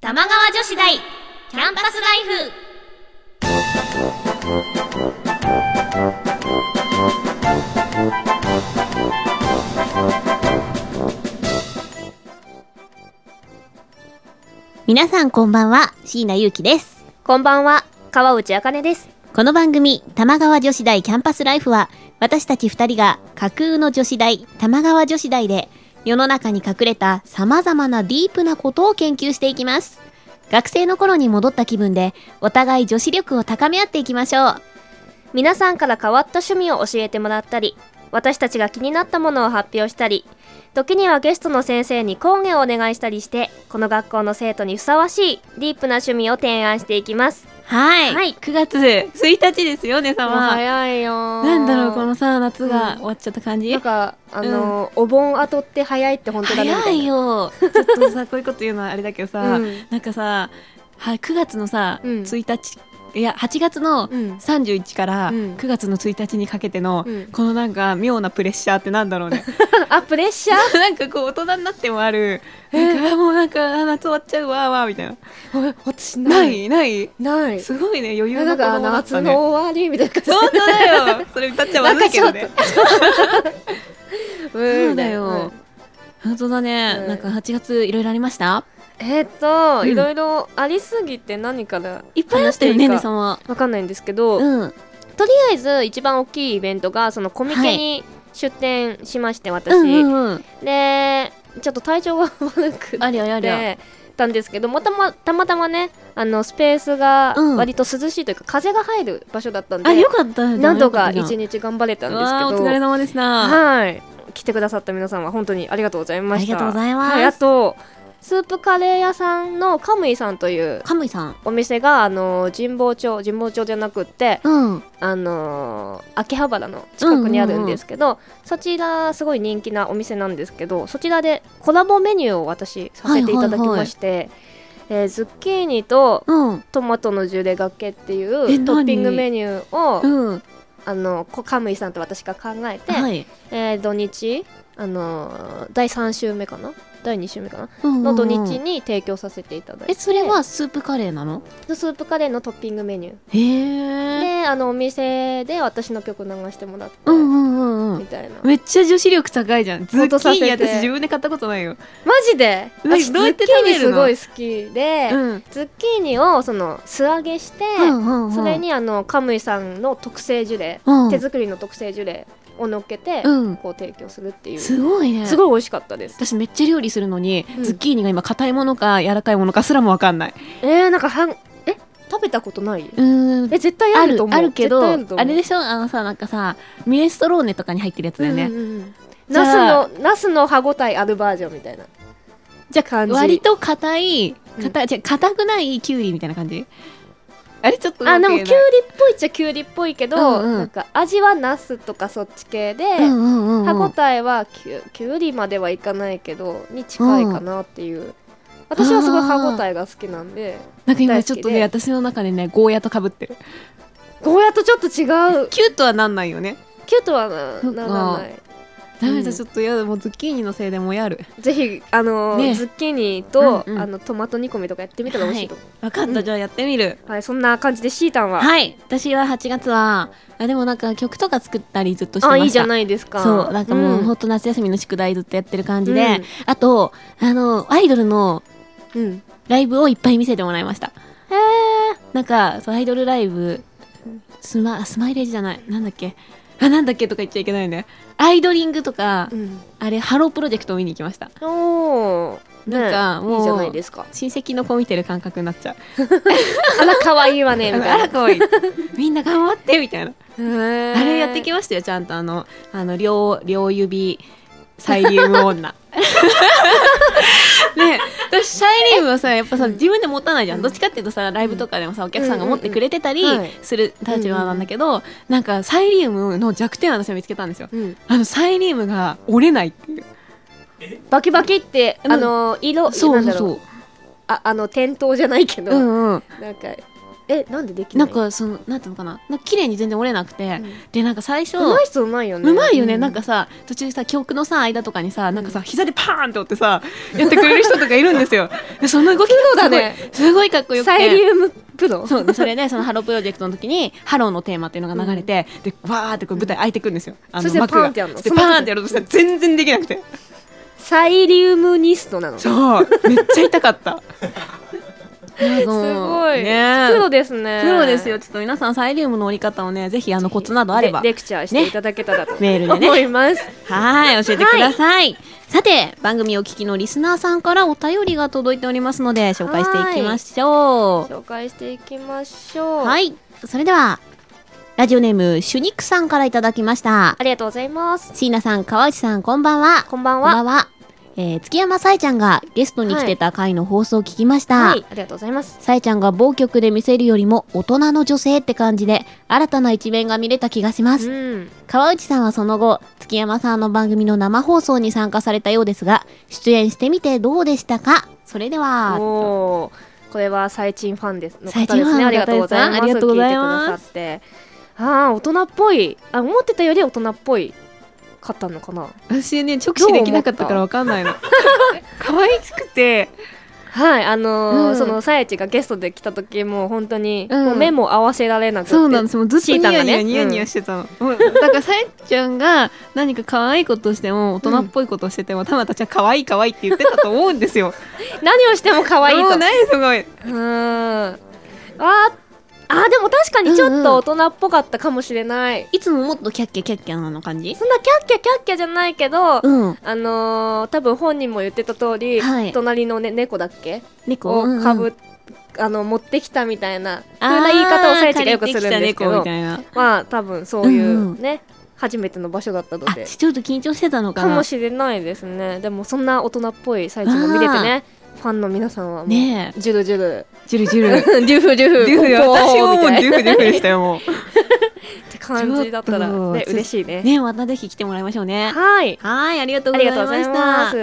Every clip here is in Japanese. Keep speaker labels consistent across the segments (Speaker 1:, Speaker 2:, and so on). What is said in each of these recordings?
Speaker 1: 玉川女子大キャンパスライフ皆さんこんばんは椎名優樹です
Speaker 2: こんばんは、川内あかねです。
Speaker 1: この番組、玉川女子大キャンパスライフは、私たち二人が架空の女子大、玉川女子大で、世の中に隠れた様々なディープなことを研究していきます。学生の頃に戻った気分で、お互い女子力を高め合っていきましょう。
Speaker 2: 皆さんから変わった趣味を教えてもらったり、私たちが気になったものを発表したり、時にはゲストの先生に講義をお願いしたりして、この学校の生徒にふさわしいディープな趣味を提案していきます。
Speaker 1: はい。
Speaker 2: はい
Speaker 1: 9月1日ですよね、さま。
Speaker 2: 早いよー
Speaker 1: なんだろう、このさ、夏
Speaker 2: う
Speaker 1: が
Speaker 2: ん
Speaker 1: 終わっちゃった感じ。
Speaker 2: なんか、あのーお盆後って早いって本当だねみた
Speaker 1: 早
Speaker 2: い
Speaker 1: い
Speaker 2: な。
Speaker 1: よ。ちょっとさ、こういうこと言うのはあれだけどさ、
Speaker 2: うん
Speaker 1: なんかさ、は9月のさ、
Speaker 2: うん
Speaker 1: 1日、いや、8月の
Speaker 2: うん
Speaker 1: 31から
Speaker 2: うん
Speaker 1: 9月の1日にかけての、
Speaker 2: うん
Speaker 1: このなんか妙なプレッシャーってなんだろうね
Speaker 2: あ、プレッシャ ー
Speaker 1: なんかこう大人になってもあるなんかあもうなんかあ夏終わっちゃうわーわーみたいな
Speaker 2: 私
Speaker 1: ないない
Speaker 2: ない
Speaker 1: すごいね余裕の
Speaker 2: なん
Speaker 1: 子
Speaker 2: か
Speaker 1: 供だっ
Speaker 2: 夏
Speaker 1: たね
Speaker 2: の終わりみたいな感じ
Speaker 1: 本当だよ それ歌っちゃまずいけどねそうだよ本当だね、
Speaker 2: うん
Speaker 1: なんか8月いろいろありました
Speaker 2: えーっと、
Speaker 1: うん
Speaker 2: いろいろありすぎて何から
Speaker 1: いっぱいあったよねね
Speaker 2: 話していいか
Speaker 1: さま
Speaker 2: わかんないんですけど、とり
Speaker 1: うん
Speaker 2: あえず一番大きいイベントがそのコミケに出展しまして、私、
Speaker 1: うんうんうん
Speaker 2: でちょっと体調が悪く
Speaker 1: ありゃありゃ
Speaker 2: てたんですけどもたまたまたまねあのスペースが
Speaker 1: うん
Speaker 2: 割と涼しいというか、風が入る場所だったんで
Speaker 1: あよかった
Speaker 2: なんとか一
Speaker 1: 年
Speaker 2: 日頑張れたんです
Speaker 1: お
Speaker 2: けど
Speaker 1: 疲れ様ですな
Speaker 2: はい来てくださった皆さんは本当にありがとうござい
Speaker 1: あ
Speaker 2: まし
Speaker 1: り
Speaker 2: た
Speaker 1: がとうござい
Speaker 2: はい、
Speaker 1: ま
Speaker 2: あ
Speaker 1: す
Speaker 2: とスープカレー屋さんのカムイさんという
Speaker 1: カムイさん
Speaker 2: お店があの神保町神保町じゃなくって
Speaker 1: うん
Speaker 2: あの秋葉原の近くにあるんですけど、そちらすごい人気なお店なんですけどそちらでコラボメニューを私させていただきまして、えーズッキーニと
Speaker 1: うん
Speaker 2: トマトのジュレがけってい
Speaker 1: え
Speaker 2: う
Speaker 1: 何
Speaker 2: トッピングメニューを、
Speaker 1: うん
Speaker 2: あのこカムイさんと私が考えて、
Speaker 1: はい
Speaker 2: えー土日あの第3週目かな第2週目かな
Speaker 1: の
Speaker 2: の土日に提供させていただいて、
Speaker 1: えそれはスープカレーなの
Speaker 2: スープカレーのトッピングメニュー
Speaker 1: へえ
Speaker 2: であのお店で私の曲流してもらって、
Speaker 1: うんうんうんう
Speaker 2: み
Speaker 1: ん
Speaker 2: たいなマ
Speaker 1: めっちゃ女子力高いじゃんズッキ
Speaker 2: ほんとさせ
Speaker 1: ーニ
Speaker 2: て
Speaker 1: 私自分で買ったことないよ
Speaker 2: ジで
Speaker 1: うわ
Speaker 2: 私ズ
Speaker 1: どうや
Speaker 2: ッ
Speaker 1: っ
Speaker 2: キ
Speaker 1: て
Speaker 2: ー
Speaker 1: 食
Speaker 2: ニ
Speaker 1: べる
Speaker 2: す
Speaker 1: の
Speaker 2: ごい好きで、
Speaker 1: うん
Speaker 2: ズッキーニをその素揚げして、
Speaker 1: うんうん
Speaker 2: それにあのカムイさんの特製ジュレ、
Speaker 1: うん
Speaker 2: 手作りの特製ジュレを乗っけて、
Speaker 1: うん
Speaker 2: こう提供するっていうす
Speaker 1: すごいね
Speaker 2: ごい美味しかったです
Speaker 1: 私めっちゃ料理するのに
Speaker 2: うん
Speaker 1: ズッキーニが今硬いものか柔らかいものかすらもわかんない
Speaker 2: えー、なんかはんえ食べたことない、
Speaker 1: うん
Speaker 2: え絶対あ
Speaker 1: あ
Speaker 2: る
Speaker 1: る
Speaker 2: と思う
Speaker 1: あるけど
Speaker 2: 絶対ると思
Speaker 1: あ
Speaker 2: う
Speaker 1: れでしょあのさなんかさミネストローネとかに入ってるやつだよね
Speaker 2: うんうんうん
Speaker 1: じゃ
Speaker 2: ナスのナスの歯ごたえあるバージョンみたいな
Speaker 1: じゃあ
Speaker 2: 感じ
Speaker 1: 割と硬い硬いじゃあ硬くないキュウリみたいな感じあれちょっとうま
Speaker 2: あ
Speaker 1: く
Speaker 2: で
Speaker 1: 言
Speaker 2: も
Speaker 1: え
Speaker 2: キュ
Speaker 1: な
Speaker 2: ウ
Speaker 1: い
Speaker 2: リっぽいっちゃキュウリっぽいけど、
Speaker 1: うんうん
Speaker 2: なんか味はナスとかそっち系で、
Speaker 1: うんうんうんうん
Speaker 2: 歯ごたえはキュキュウリまではいかないけどに近いかなっていう、私はすごい歯ごたえが好きなんで
Speaker 1: なんか今ちょっとね
Speaker 2: 大好
Speaker 1: 私の中でねゴーヤとかぶってる
Speaker 2: ゴーヤとちょっと違う
Speaker 1: キュートはなんないよね
Speaker 2: キュウとはな
Speaker 1: うん
Speaker 2: ならない
Speaker 1: ダメ
Speaker 2: う
Speaker 1: だ
Speaker 2: ん
Speaker 1: ちょっとやだもうズッキーニのせいでもうやる
Speaker 2: ぜひあのー
Speaker 1: ね
Speaker 2: ズッキーニと、
Speaker 1: うんうん
Speaker 2: あのトマト煮込みとかやってみたら美味しいと思
Speaker 1: 分かった、
Speaker 2: うん
Speaker 1: じゃあやってみる
Speaker 2: う、はいそんな感じでシータンは、
Speaker 1: はい私は8月はあでもなんか曲とか作ったりずっとしてま
Speaker 2: あ
Speaker 1: した
Speaker 2: いいじゃないですか
Speaker 1: そうなんかもう、ほんと夏休みの宿題ずっとやってる感じで、あとあのアイドルの
Speaker 2: うんうん
Speaker 1: ライブをいっぱい見せてもらいました
Speaker 2: へえ
Speaker 1: なんかそうアイドルライブスマスマイレージじゃないなんだっけあなんだっけとか言っちゃいけないよねアイドリングとか、
Speaker 2: うん
Speaker 1: あれハロープロジェクトを見に行きました
Speaker 2: おー
Speaker 1: なんか
Speaker 2: ね
Speaker 1: もう
Speaker 2: いいじゃないですか
Speaker 1: 親戚の子見てる感覚になっちゃう
Speaker 2: あら可愛いわね
Speaker 1: あ
Speaker 2: み
Speaker 1: の
Speaker 2: た
Speaker 1: あ
Speaker 2: いな
Speaker 1: ら可愛いみんな頑張ってみたいなあ
Speaker 2: あ
Speaker 1: れやってきましたよちゃんとあのあの両両指サイリウム 女ね私サイリウムはさやっぱさ
Speaker 2: うん
Speaker 1: 自分で持たないじゃ
Speaker 2: うんん
Speaker 1: どっちかっていうとさライブとかでもさお客さんが持ってくれてたり
Speaker 2: うんうんうんはい
Speaker 1: する立場なんだけどなんかサイリウムの弱点を私は見つけたんですよ
Speaker 2: うん、
Speaker 1: あのサイリウムが折れないっていう
Speaker 2: バキバキって
Speaker 1: うん
Speaker 2: あの色
Speaker 1: そ
Speaker 2: な
Speaker 1: うんそう
Speaker 2: だろ
Speaker 1: そう
Speaker 2: うああの点灯じゃないけど、
Speaker 1: うんうん
Speaker 2: なんかえなんででき
Speaker 1: な
Speaker 2: ない
Speaker 1: んかそのなんていうのかななんか綺麗に全然折れなくて、
Speaker 2: うん
Speaker 1: でなんか最初
Speaker 2: うまい人うまいよね
Speaker 1: うまいよね、
Speaker 2: う
Speaker 1: なんかさ途中さ記憶のさ間とかにさなんかさ膝でパーンって折ってさやってくれる人とかいるん ですよでその動き
Speaker 2: そうだ
Speaker 1: が
Speaker 2: ね
Speaker 1: すごいすごいかっこよくて
Speaker 2: サイリウムプロ
Speaker 1: そうでそれでそのハロープロジェクトの時にハローのテーマっていうのが流れて、でわーってこう舞台開いてくんですよ、あ
Speaker 2: そ
Speaker 1: の
Speaker 2: して
Speaker 1: 幕が
Speaker 2: パーンってやるの
Speaker 1: そして
Speaker 2: そ
Speaker 1: パ
Speaker 2: の
Speaker 1: ー
Speaker 2: 時
Speaker 1: ンってやろうとしたら全然できなくて
Speaker 2: サイリウムニストなのす
Speaker 1: そうめっちゃ痛かった す
Speaker 2: ごい、
Speaker 1: ね
Speaker 2: プロですね
Speaker 1: プロですよちょっと皆さんサイリウムの折り方をねぜひあのコツなどあれば
Speaker 2: でレクチャーしていただけたらと、
Speaker 1: メールでね
Speaker 2: 思います
Speaker 1: はい、教えてください。さて、番組お聞きのリスナーさんからお便りが届いておりますので、紹介していきましょう。
Speaker 2: 紹介していきましょう
Speaker 1: はいい、それでは、ラジオネーム、シュニックさんからいただきました。
Speaker 2: ありがとうございます
Speaker 1: 椎名さん、川内さん、こんばんは。
Speaker 2: こんばん
Speaker 1: こ
Speaker 2: は
Speaker 1: えー、月山さえちゃんがゲストに来てた回の放送を聞きました。
Speaker 2: はいありがとうございます
Speaker 1: さえちゃんが某局で見せるよりも大人の女性って感じで新たな一面が見れた気がします
Speaker 2: うん
Speaker 1: 川内さんはその後月山さんの番組の生放送に参加されたようですが出演してみてどうでしたかそれでは
Speaker 2: おーこれは最賃ファンですの
Speaker 1: 最
Speaker 2: 方
Speaker 1: 賃
Speaker 2: で
Speaker 1: ファ
Speaker 2: す
Speaker 1: ン
Speaker 2: ね
Speaker 1: の
Speaker 2: ありがとうございま
Speaker 1: 方ですね
Speaker 2: す
Speaker 1: ありがとうござい
Speaker 2: 聞いてくだ
Speaker 1: ま
Speaker 2: さってああー大人っぽいあ思ってたより大人っぽいかったのかな
Speaker 1: 私ね直
Speaker 2: 視できなかったから
Speaker 1: わかんないの 可愛くて
Speaker 2: はいあの
Speaker 1: う
Speaker 2: ー
Speaker 1: ん
Speaker 2: そのさやちがゲストで来た時もう本当に、
Speaker 1: うん
Speaker 2: もう目も合わせられなくて
Speaker 1: そうなんですもうずっと
Speaker 2: シー
Speaker 1: ニ
Speaker 2: タ
Speaker 1: ヤ
Speaker 2: が
Speaker 1: ニヤ
Speaker 2: ね
Speaker 1: ニヤニヤしてたの、もうだからさえちゃんが何か可愛いことをしても大人っぽいことをしてても、たまたちは可愛い可愛いって言ってたと思うんです よ
Speaker 2: 何をしても可愛いと
Speaker 1: もうないすごいう
Speaker 2: ーんああでも確かにちょっと大人っぽかったかもしれない、
Speaker 1: いつももっとキャッキャキャッキャなの感じ
Speaker 2: そんなキャッキャキャッキャじゃないけど、
Speaker 1: うん
Speaker 2: あのー多分本人も言ってた通り、
Speaker 1: はい
Speaker 2: 隣の、ね、猫だっけ
Speaker 1: 猫
Speaker 2: をかぶ、あの持ってきたみたいなそんな言い方をさやちがよくするんですけど
Speaker 1: みたいな
Speaker 2: まあ多分そうい
Speaker 1: うんう
Speaker 2: うんね、初めての場所だったの
Speaker 1: あ
Speaker 2: で
Speaker 1: ちょっと緊張してたのか
Speaker 2: か
Speaker 1: な
Speaker 2: もしれないですねでもそんな大人っぽい最中も見れてねファンの皆さんはもう、
Speaker 1: ね
Speaker 2: ジュルジュ
Speaker 1: え
Speaker 2: ル
Speaker 1: ジュルジュル
Speaker 2: デュフデュフ
Speaker 1: デュフで
Speaker 2: ポンポン
Speaker 1: 私 もも
Speaker 2: み
Speaker 1: う
Speaker 2: た
Speaker 1: デ
Speaker 2: い
Speaker 1: ュフ
Speaker 2: な
Speaker 1: デュフでしたよ も
Speaker 2: って感じだったら、
Speaker 1: ちょっ
Speaker 2: ね、
Speaker 1: と
Speaker 2: 嬉しいね
Speaker 1: うねまたぜひ来てもらいましょうね
Speaker 2: はい
Speaker 1: はいありがとう
Speaker 2: あ
Speaker 1: ござ
Speaker 2: り
Speaker 1: い
Speaker 2: がとうご
Speaker 1: ま
Speaker 2: ざ
Speaker 1: し
Speaker 2: い
Speaker 1: た
Speaker 2: ます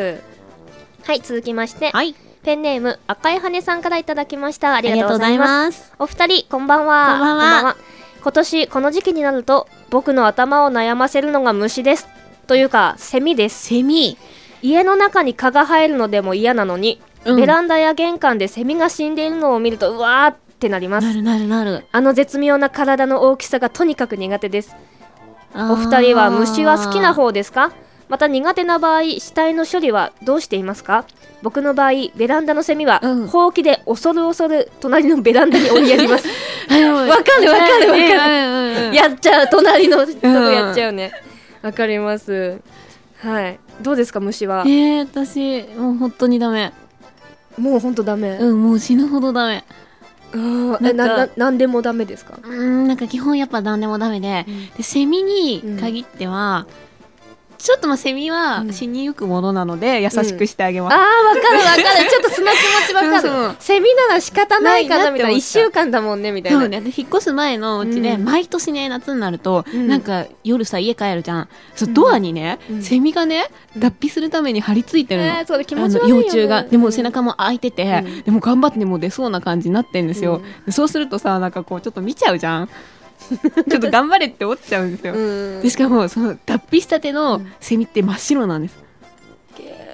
Speaker 2: はい続きまして、
Speaker 1: はい
Speaker 2: ペンネーム赤い羽さんからいただきましたあ
Speaker 1: あ
Speaker 2: りがとうございます
Speaker 1: す
Speaker 2: お二人こんばんは
Speaker 1: こんばんは
Speaker 2: 今年この時期になると僕の頭を悩ませるのが虫ですというかセミです
Speaker 1: セミ
Speaker 2: 家の中に蚊が生えるのでも嫌なのに、
Speaker 1: うん
Speaker 2: ベランダや玄関でセミが死んでいるのを見るとうわーってなります
Speaker 1: なるなるなる
Speaker 2: あの絶妙な体の大きさがとにかく苦手です
Speaker 1: お
Speaker 2: お二人は虫は好きな方ですかまた苦手な場合死体の処理はどうしていますか僕の場合ベランダのセミは、
Speaker 1: うん
Speaker 2: ほうきで恐る恐る隣のベランダに追いやります
Speaker 1: わ
Speaker 2: わかるわかるわかる
Speaker 1: る
Speaker 2: やっちゃう隣のとこやっちゃうねわ、かりますはいどうですか虫は
Speaker 1: えー私もう本当にダメ
Speaker 2: もうほんとダメ、
Speaker 1: うんもう死ぬほどダメ
Speaker 2: うん、
Speaker 1: な
Speaker 2: え
Speaker 1: ん
Speaker 2: な
Speaker 1: か
Speaker 2: ななんでもダメですか
Speaker 1: うんなんか基本やっぱ何でもダメで
Speaker 2: うん
Speaker 1: でセミに限ってはちょっとまあセミは
Speaker 2: うん
Speaker 1: 死にゆくものなので優しくしてあげ
Speaker 2: あ
Speaker 1: ま
Speaker 2: ー
Speaker 1: す
Speaker 2: わかるわかるちょっとその気持ちわかる
Speaker 1: そう
Speaker 2: セミなら仕方ないかなみたい
Speaker 1: ないなって思った
Speaker 2: な1週間だもんねみたい
Speaker 1: そ
Speaker 2: な、
Speaker 1: うね、で引っ越す前のうちで、
Speaker 2: うん
Speaker 1: 毎年ね夏になると、
Speaker 2: うん
Speaker 1: なんか夜さ家帰るじゃん、そう
Speaker 2: うん
Speaker 1: ドアにね、
Speaker 2: うん
Speaker 1: セミがね脱皮するために張り付いてるの,、
Speaker 2: えーそれ気
Speaker 1: あ
Speaker 2: 持ち
Speaker 1: の
Speaker 2: 悪いよ、ね、
Speaker 1: 幼虫がでも背中も開いてて、
Speaker 2: うん
Speaker 1: でも頑張ってもう出そうな感じになってんですよ、
Speaker 2: うん
Speaker 1: でそうするとさなんかこうちょっと見ちゃうじゃ んちょっと頑張れって思っちゃうんですよ、
Speaker 2: うん
Speaker 1: でしかもその脱皮したて
Speaker 2: う
Speaker 1: の
Speaker 2: ん
Speaker 1: セミって真っ白なんです、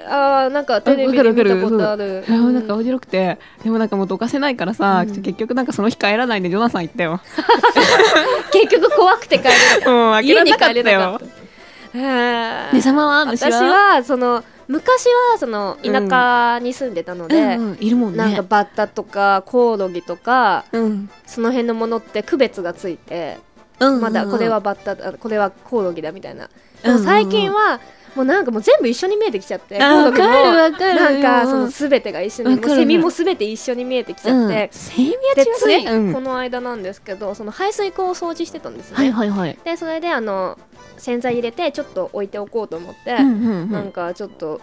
Speaker 2: あーなんかテレビ
Speaker 1: あ
Speaker 2: で
Speaker 1: わか
Speaker 2: 見
Speaker 1: る
Speaker 2: た
Speaker 1: わかる
Speaker 2: ことある
Speaker 1: あーなんか面白くてでもなんかもうどかせないからさ、
Speaker 2: うん
Speaker 1: 結局なんかその日帰らないんでジョナサン行ったよ
Speaker 2: 結局怖くて帰れなかっ
Speaker 1: もう
Speaker 2: た
Speaker 1: 諦
Speaker 2: 家
Speaker 1: め
Speaker 2: に
Speaker 1: なかった
Speaker 2: 帰れなかっ
Speaker 1: よ
Speaker 2: たへー
Speaker 1: ね様は虫は
Speaker 2: 私はその昔はその田舎に住んでたので、
Speaker 1: うんうん、いるもんね
Speaker 2: なんかバッタとかコオロギとか
Speaker 1: うん
Speaker 2: その辺のものって区別がついて、
Speaker 1: うん
Speaker 2: まだこれはバッタだこれはコオロギだみたいな、でも最近
Speaker 1: は
Speaker 2: はもうなんかもう全部一緒に見えてきちゃってコオ
Speaker 1: わ
Speaker 2: ロギ
Speaker 1: かる
Speaker 2: も
Speaker 1: わかる
Speaker 2: なんかその
Speaker 1: うん
Speaker 2: 全てが一緒に
Speaker 1: わ
Speaker 2: も
Speaker 1: かる
Speaker 2: うセミも全て一緒に見えてきちゃって、
Speaker 1: セミは
Speaker 2: で
Speaker 1: 違う
Speaker 2: つい
Speaker 1: ねうん
Speaker 2: この間なんですけどその排水口を掃除してたんですね、
Speaker 1: はいはいはい
Speaker 2: でそれであの洗剤入れてちょっと置いておこうと思って、
Speaker 1: うんうんう
Speaker 2: なん
Speaker 1: ん
Speaker 2: かちょっと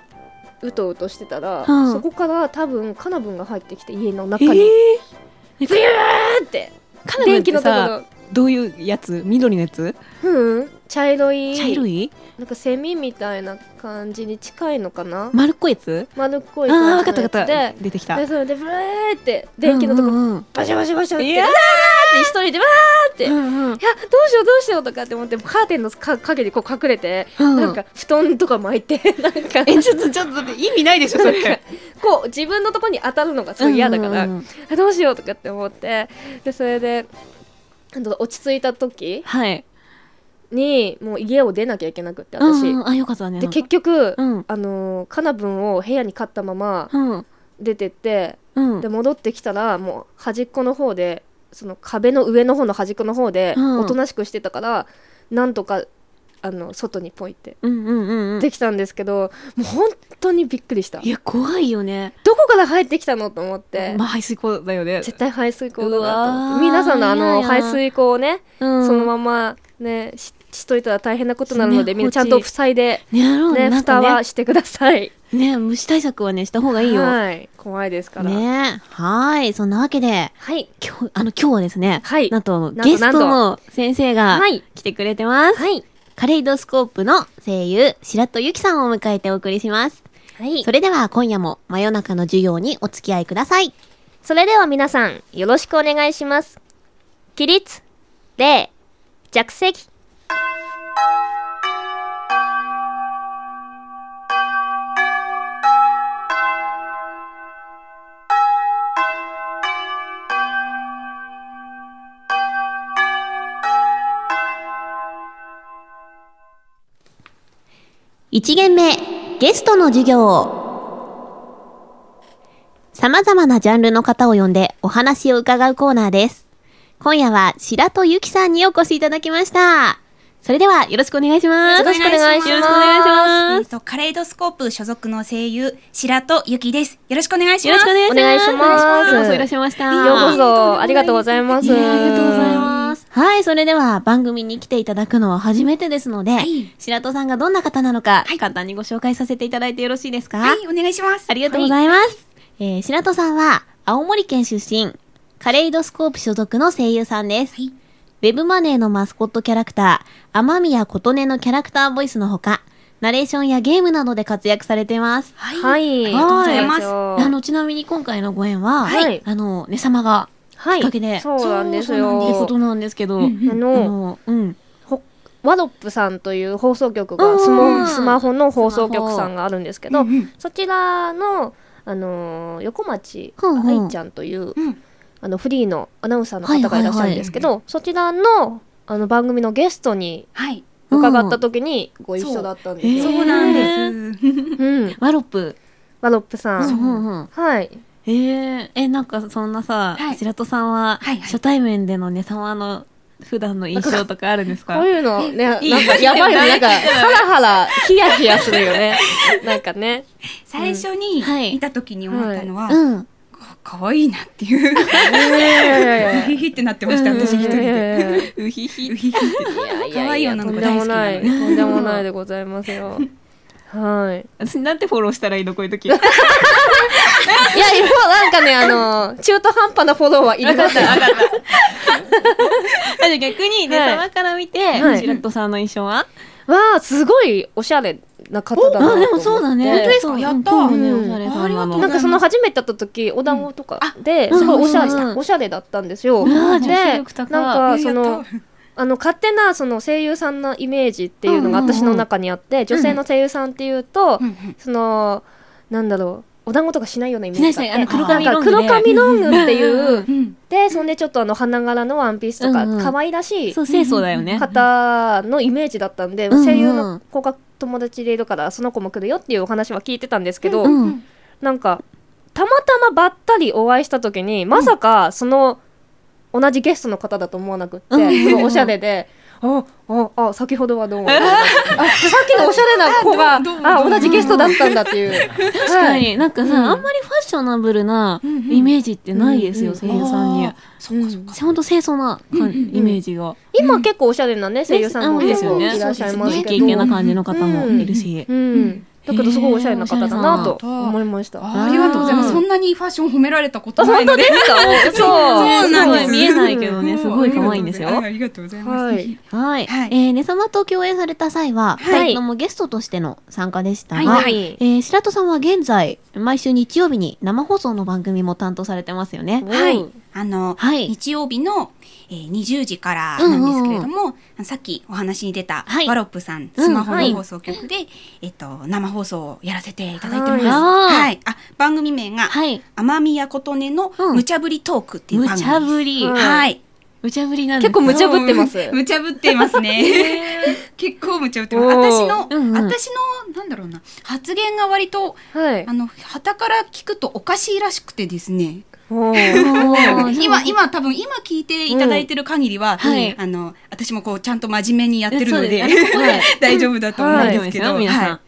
Speaker 2: うとうとしてたら、
Speaker 1: うん
Speaker 2: そこから多分カナブンが入ってきて家の
Speaker 1: え
Speaker 2: 中
Speaker 1: ー
Speaker 2: に、ビューって
Speaker 1: カナブンっ
Speaker 2: 電気
Speaker 1: て
Speaker 2: のとこ
Speaker 1: さ
Speaker 2: ろ
Speaker 1: どういうやつ緑のやつ
Speaker 2: うん茶色い
Speaker 1: 茶色い
Speaker 2: なんかセミみたいな感じに近いのかな、
Speaker 1: 丸っこいやつ
Speaker 2: 丸っこ
Speaker 1: あ
Speaker 2: い
Speaker 1: あ
Speaker 2: 感じ
Speaker 1: ー
Speaker 2: の
Speaker 1: わかったわかっ
Speaker 2: や
Speaker 1: た
Speaker 2: つ
Speaker 1: 出てきた
Speaker 2: ででそれでブレーって電気のとこ、
Speaker 1: うんうん
Speaker 2: バシャバシャバシャっ
Speaker 1: うん
Speaker 2: て
Speaker 1: いや
Speaker 2: で一人でわーって、
Speaker 1: ー
Speaker 2: い
Speaker 1: うんうん
Speaker 2: やどうしようどうしようとかって思ってカーテンのか陰にこう隠れて、
Speaker 1: うん
Speaker 2: なんか布団とか巻いて なんか
Speaker 1: えちょっとちょっとだって意味ないでしょそれ
Speaker 2: こう自分のとこに当たるのがすごい嫌だから、
Speaker 1: うんうんうん
Speaker 2: あ どうしようとかって思ってでそれであの落ち着いた時
Speaker 1: はい
Speaker 2: にもう家を出なきゃいけなくって私、
Speaker 1: うんうんあよかったね
Speaker 2: で結局、
Speaker 1: うん
Speaker 2: あのーカナブンを部屋に買ったまま
Speaker 1: うん
Speaker 2: 出てって、
Speaker 1: うん
Speaker 2: で戻ってきたらもう端っこの方でその壁の上の方の端っこの方で
Speaker 1: うん
Speaker 2: おとなしくしてたから、なんとかあの外にポイって
Speaker 1: うんうんうんうん
Speaker 2: できたんですけど、もう本当にびっくりした
Speaker 1: いや怖いよね
Speaker 2: どこから入ってきたのと思って、
Speaker 1: まあ排水溝だよね
Speaker 2: 絶対排水口だなと思
Speaker 1: うわ
Speaker 2: っ
Speaker 1: ー
Speaker 2: て皆さんのあ
Speaker 1: いやい
Speaker 2: の
Speaker 1: や
Speaker 2: 排水口をね、
Speaker 1: うん
Speaker 2: そのままねししといたら大変なことなの
Speaker 1: ね
Speaker 2: で、みんなちゃんと塞いで、
Speaker 1: ねやろうね
Speaker 2: ね、
Speaker 1: なんか
Speaker 2: 蓋は
Speaker 1: ね
Speaker 2: してください。
Speaker 1: ね虫対策はねした方がいいよ
Speaker 2: はい、怖いですから。
Speaker 1: ねはいそんなわけで
Speaker 2: はい。
Speaker 1: 今日あの今日はですね
Speaker 2: はい
Speaker 1: なんと
Speaker 2: なんと
Speaker 1: ゲストの先生が
Speaker 2: はい
Speaker 1: 来てくれてます
Speaker 2: はい。
Speaker 1: カレイドスコープの声優白戸由紀さんを迎えてお送りします
Speaker 2: はい
Speaker 1: そ。れでは今夜も真夜中の授業にお付き合いください
Speaker 2: それでは皆さん、よろしくお願いします。起立、礼、着席。
Speaker 1: 1限目、ゲストの授業。様々なジャンルの方を呼んでお話を伺うコーナーです。今夜は白戸由紀さんにお越しいただきました。それではよろしくお願いします。
Speaker 2: よろしくお願いします
Speaker 1: よろくお願
Speaker 3: え
Speaker 1: い
Speaker 3: っ
Speaker 1: しま
Speaker 3: と、カレイドスコープ所属の声優、白戸ゆきです。よろしくお願い
Speaker 1: す。
Speaker 3: し
Speaker 1: よ
Speaker 3: ま
Speaker 1: ろ
Speaker 3: す。
Speaker 1: しくお願いします。
Speaker 2: お願いします
Speaker 1: ようこそいらっしゃいました。
Speaker 2: ようこそ、ありがとうございます。
Speaker 1: ねありがとうございます。はい、それでは番組に来ていただくのは初めてですので、
Speaker 3: い
Speaker 1: 白戸さんがどんな方なのか、
Speaker 3: はい
Speaker 1: 簡単にご紹介させていただいてよろしいですか、
Speaker 3: はい、お願いします。
Speaker 1: ありがとうございます。えー白戸さんは、青森県出身、カレイドスコープ所属の声優さんです。
Speaker 3: はい
Speaker 1: ウェブマネーのマスコットキャラクター、雨宮琴音のキャラクターボイスのほか、ナレーションやゲームなどで活躍されています。
Speaker 3: はい。
Speaker 2: は
Speaker 3: はい。
Speaker 2: い。
Speaker 1: ありがとうございますあの、ちなみに今回のご縁は、
Speaker 2: はい
Speaker 1: あの、ね様が
Speaker 2: は
Speaker 1: きっかけで、
Speaker 2: い。そうなんです
Speaker 1: そうなんってこ
Speaker 2: よ。
Speaker 1: となんですけど、
Speaker 3: うん
Speaker 2: あ
Speaker 1: あ
Speaker 2: の、
Speaker 1: の、うん。
Speaker 2: ほワロップさんという放送局
Speaker 1: うん
Speaker 2: がス
Speaker 1: うん
Speaker 2: マ、スマホの放送局さんがあるんですけど
Speaker 3: うんうん、
Speaker 2: そちらの、あのー、横町
Speaker 1: うんうん
Speaker 2: 愛ちゃんという
Speaker 3: うん、
Speaker 2: あのフリーのアナウンサーの方がいらっしゃるんですけど、
Speaker 3: は
Speaker 2: そちらのあの番組のゲストに
Speaker 3: はい。
Speaker 2: 伺った時にご一緒だったんです
Speaker 1: へー
Speaker 2: よ、
Speaker 3: そうなんです。
Speaker 2: うん、
Speaker 1: ワロップ。
Speaker 2: ワロップさ、
Speaker 1: うんんうんうん。
Speaker 2: はい
Speaker 1: えー、え、なんかそんなさ、
Speaker 3: はい
Speaker 1: 白戸さんは、
Speaker 3: はいはい
Speaker 1: 初対面でのね、様の普段の印象とかあるんですか
Speaker 2: こういうのねなんか
Speaker 1: いい
Speaker 2: やばいよねなんかハラハラヒヤヒヤするよねなんかね
Speaker 3: 最初に
Speaker 1: はい
Speaker 3: 見た時に思ったのは、
Speaker 1: うん。うん
Speaker 3: か可愛いなっていう、
Speaker 2: いやいやいやいや
Speaker 3: ヒヒってなってました、私一人
Speaker 2: いや
Speaker 3: で。
Speaker 2: いやいや
Speaker 1: うひひ。
Speaker 3: 可愛い女の子大好きなの
Speaker 2: とんでも
Speaker 3: で。
Speaker 2: ないとんでもないでございます よはい
Speaker 1: 私なんてフォローしたらいいのこういう時。
Speaker 2: いやいやなんかねあの中途半端なフォローはいり
Speaker 1: か
Speaker 2: ません
Speaker 1: った。あじゃあ逆にね、
Speaker 2: はい
Speaker 1: 様から見て、
Speaker 2: はい
Speaker 1: 白戸さんの印象は
Speaker 2: わあすごいおしゃれな方だなと
Speaker 1: あ、
Speaker 2: 思っ
Speaker 1: で
Speaker 2: て
Speaker 1: もそうだね。
Speaker 3: 本当ですかやった
Speaker 1: うんそうね、おしゃれ
Speaker 3: うん
Speaker 1: さんなの
Speaker 3: あり
Speaker 2: な
Speaker 3: が
Speaker 2: んかその初めて会った時お団子とかで
Speaker 1: うん
Speaker 2: すごいおしゃれ
Speaker 1: うん
Speaker 2: おしゃれだったんですよ。
Speaker 1: う
Speaker 2: で
Speaker 1: わー
Speaker 2: なん
Speaker 1: 女子力高い
Speaker 2: かそ
Speaker 3: やっ
Speaker 2: の
Speaker 3: た
Speaker 2: あの勝手なその声優さんのイメージっていうのが
Speaker 1: うんうんうん
Speaker 2: 私の中にあって女性の声優さんっていうと
Speaker 3: うんうん
Speaker 2: そのなんだろうお団子とかしないようなイメージがあっ
Speaker 1: し
Speaker 2: て
Speaker 1: ないしないあの黒髪
Speaker 2: なん
Speaker 1: ロ
Speaker 2: か
Speaker 1: ングで
Speaker 2: 黒髪ロングっていううん
Speaker 3: うん。
Speaker 2: でそんでちょっとあの花柄のワンピースとか
Speaker 1: うんうん
Speaker 2: 可愛らしい
Speaker 1: そう、清楚だよね。
Speaker 2: 方のイメージだったんで
Speaker 1: うんうん
Speaker 2: 声優の子が友達でいるからその子も来るよっていうお話は聞いてたんですけど。
Speaker 1: うん。
Speaker 2: なんかたまたまばったりお会いした時にまさかその、同じゲストの方だと思わなくって、
Speaker 1: うん
Speaker 2: すごいおしゃれで。あ、あ、あ、先ほどはどうも。あ、さっきのおしゃれな子が、
Speaker 3: どうもどう
Speaker 2: あ、
Speaker 3: も
Speaker 2: 同じゲストだったんだっていう。確
Speaker 1: 確か。に、なんかさ、
Speaker 2: うん
Speaker 1: あんまりファッショナブルな
Speaker 3: うんうん
Speaker 1: イメージってないですよ、
Speaker 2: うんうん
Speaker 1: 声優さんに。
Speaker 3: あーそうかそうか。
Speaker 1: ほんと清楚な感
Speaker 3: うんうん
Speaker 1: イメージが。
Speaker 2: 今結構おしゃれなね、声優さんも
Speaker 1: うんですよね
Speaker 2: いらっしゃいます
Speaker 1: イ
Speaker 2: け
Speaker 1: ケ
Speaker 2: ど。
Speaker 1: イケな感じの方もいるし。
Speaker 2: うん。だけどすごいおしゃれな方だなと
Speaker 4: へーおしゃれな
Speaker 2: 思いました。
Speaker 4: あありがとうございます。
Speaker 1: うん
Speaker 4: そんなにファッション褒められたことないので。
Speaker 2: そうそう
Speaker 4: そうなんです
Speaker 1: ごい見えないけどね、すごい可愛いんですよ。
Speaker 4: あ
Speaker 1: は
Speaker 4: ありがとうございます。
Speaker 2: は
Speaker 4: はいい。
Speaker 1: い。
Speaker 4: はい
Speaker 1: えー、ねさまと共演された際は、
Speaker 2: はい
Speaker 1: 二人ともゲストとしての参加でしたが、
Speaker 2: は。
Speaker 4: はい
Speaker 1: えー白戸さんは現在、毎週日曜日に生放送の番組も担当されてますよね。
Speaker 2: はい。
Speaker 3: あの、
Speaker 1: はい
Speaker 3: 日曜日の、えー、20時からなんですけれども、さっきお話に出た、
Speaker 1: はい
Speaker 3: ワロップさん、
Speaker 1: うん
Speaker 3: スマホ
Speaker 1: は
Speaker 3: の
Speaker 1: い
Speaker 3: 放送局で、えっと、生放送をやらせていただいてます。
Speaker 1: はい
Speaker 3: はい。あ、番組名が、
Speaker 1: はい。
Speaker 3: 雨宮琴音の
Speaker 1: うん
Speaker 3: 無茶ぶりトークっていう
Speaker 1: 無
Speaker 3: 番組です。
Speaker 1: 茶ぶり
Speaker 2: うん。
Speaker 3: はい。
Speaker 1: 無茶ぶりなんです
Speaker 2: 結構無茶ぶってます。
Speaker 3: うん無茶ぶってますね。 結構無茶ぶってます。
Speaker 2: おー
Speaker 3: 私の、
Speaker 1: うんうん
Speaker 3: 私の、なんだろうな、発言が割と、
Speaker 2: はい
Speaker 3: あ。の、旗から聞くとおかしいらしくてですね。
Speaker 2: お
Speaker 1: お
Speaker 2: ー
Speaker 1: ー
Speaker 3: 今、今、多分今聞いていただいてる限りは、
Speaker 1: うんはい
Speaker 3: あの、私もこう、ちゃんと真面目にやってるので、
Speaker 1: そうです ねはい
Speaker 3: 大丈夫だと思うんですけど、
Speaker 1: 大丈夫ですよ皆さん
Speaker 3: はい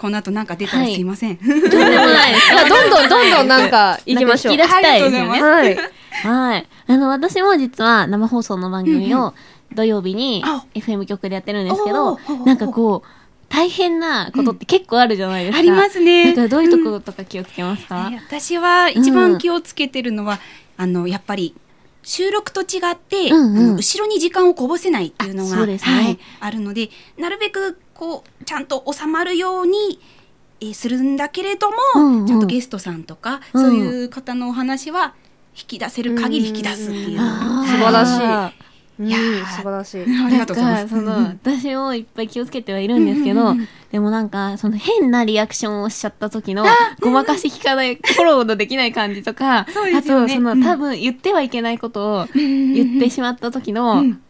Speaker 3: この後なんか出たらすいません。
Speaker 1: とんでもないです。
Speaker 2: いやどんどんどんど んなんか行きましょう。
Speaker 1: なんか引き出したいですよね。
Speaker 2: はい。
Speaker 1: はい。あの、私も実は生放送の番組を土曜日に
Speaker 3: あ
Speaker 1: FM 局でやってるんですけ
Speaker 3: お
Speaker 1: ど
Speaker 3: ー、
Speaker 1: なんかこう、大変なことって結構あるじゃないですか。
Speaker 3: ありますね。
Speaker 1: だからどういうとことか気をつけますか、
Speaker 3: はい私は一番気をつけてるのは、あのやっぱり収録と違って、
Speaker 1: うんうん
Speaker 3: あの後ろに時間をこぼせないっていうの
Speaker 1: あそ
Speaker 3: が
Speaker 1: うですね
Speaker 3: はい、あるのでなるべくこうちゃんと収まるように、えーするんだけれども、
Speaker 1: うんうん
Speaker 3: ちゃんとゲストさんとか、
Speaker 1: うん
Speaker 3: そういう方のお話は引き出せる限り引き出すっていうのが
Speaker 1: あー
Speaker 2: 素晴らしい
Speaker 1: あ
Speaker 2: うん
Speaker 3: いやー
Speaker 2: 素晴らしい。
Speaker 1: ー
Speaker 3: ありがとうござい
Speaker 1: なん
Speaker 3: ま
Speaker 1: か
Speaker 3: す。
Speaker 1: その、私もいっぱい気をつけてはいるんですけど、
Speaker 3: うんうんうん
Speaker 1: でもなんか、その変なリアクションをしちゃった時の、ごまかし聞かない、 フォローのできない感じとか、
Speaker 3: そうで
Speaker 1: あ
Speaker 3: すよ
Speaker 1: と、
Speaker 3: ね
Speaker 1: その、
Speaker 3: うん
Speaker 1: 多分言ってはいけないことを言
Speaker 3: 言
Speaker 1: ってしまった時の、
Speaker 3: うん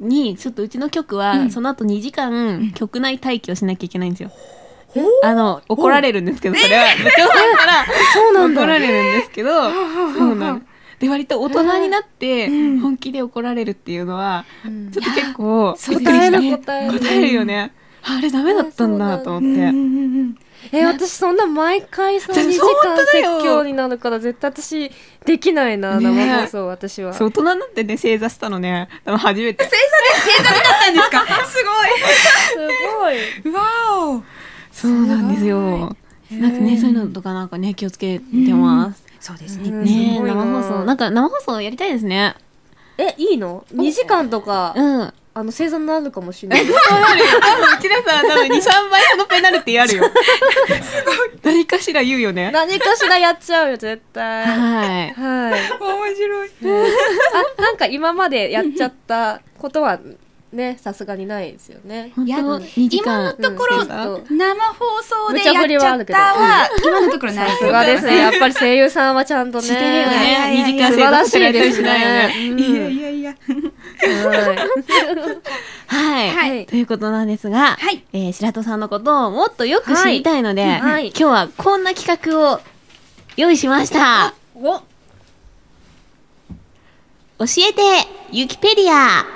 Speaker 1: に、ちょっとうちの局は、その後2時間、局内待機をしなきゃいけないんですよ。あの、怒られるんですけど、それは、部長さんから、そうなん怒られるんですけど、そうなの。で、割と大人になって、本気で怒られるっていうのは、ちょっと結構、
Speaker 3: そうびっくりした
Speaker 2: 答える答える
Speaker 1: 答えるよね。ああれダメだったんだと思って。
Speaker 2: え、私そんな毎回その
Speaker 1: だ
Speaker 2: 2時
Speaker 1: 本当
Speaker 2: 間
Speaker 1: だ
Speaker 2: 説
Speaker 1: よ
Speaker 2: 教になるから絶対私できないな、
Speaker 1: ね
Speaker 2: 生放送私は。
Speaker 1: そう、大人になってね、正座したのね、多分初めて。
Speaker 3: たんですかす
Speaker 2: すごい。
Speaker 3: ごいわお
Speaker 1: そうなんですよ。なんかね、そういうのとかなんかね、気をつけてます。
Speaker 3: そうですね、
Speaker 2: うん
Speaker 1: ね
Speaker 2: すごい
Speaker 1: 生
Speaker 2: な
Speaker 1: 放送。なんか生放送やりたいですね。
Speaker 2: え、いいの ?2 時間とか、
Speaker 1: うん。う
Speaker 2: あの、星座になるかもしれない。
Speaker 1: ちらさん多分2、3倍そのペナルティある よ。何かしら言うよね。
Speaker 2: 何かしらやっちゃうよ、絶対。
Speaker 1: はい。
Speaker 2: はい。
Speaker 3: 面白い
Speaker 2: あ、なんか今までやっちゃったことは、ね、さすがにないですよね。
Speaker 1: 本当2時間。
Speaker 3: 今のところ、
Speaker 2: うんそう
Speaker 3: 生放送でやっちゃったは今のところない
Speaker 2: さすがですね。やっぱり声優さんはちゃんとね。
Speaker 1: してるよ
Speaker 3: いやい
Speaker 1: ね。
Speaker 3: や
Speaker 1: 2
Speaker 3: い
Speaker 1: 時間
Speaker 3: や
Speaker 2: 素
Speaker 1: 生
Speaker 2: 晴ら
Speaker 1: 活
Speaker 2: し
Speaker 1: さ
Speaker 2: い
Speaker 1: れた
Speaker 2: で
Speaker 1: り
Speaker 2: す
Speaker 1: しないよね。
Speaker 2: ね。
Speaker 3: いやいやいや
Speaker 2: うんはい
Speaker 1: はい。
Speaker 2: はい
Speaker 1: ということなんですが、
Speaker 3: はい
Speaker 1: えー白戸さんのことをもっとよく知りたいので、
Speaker 2: いはい
Speaker 1: 今日はこんな企画を用意しました。
Speaker 3: お
Speaker 1: 教えてユキペディア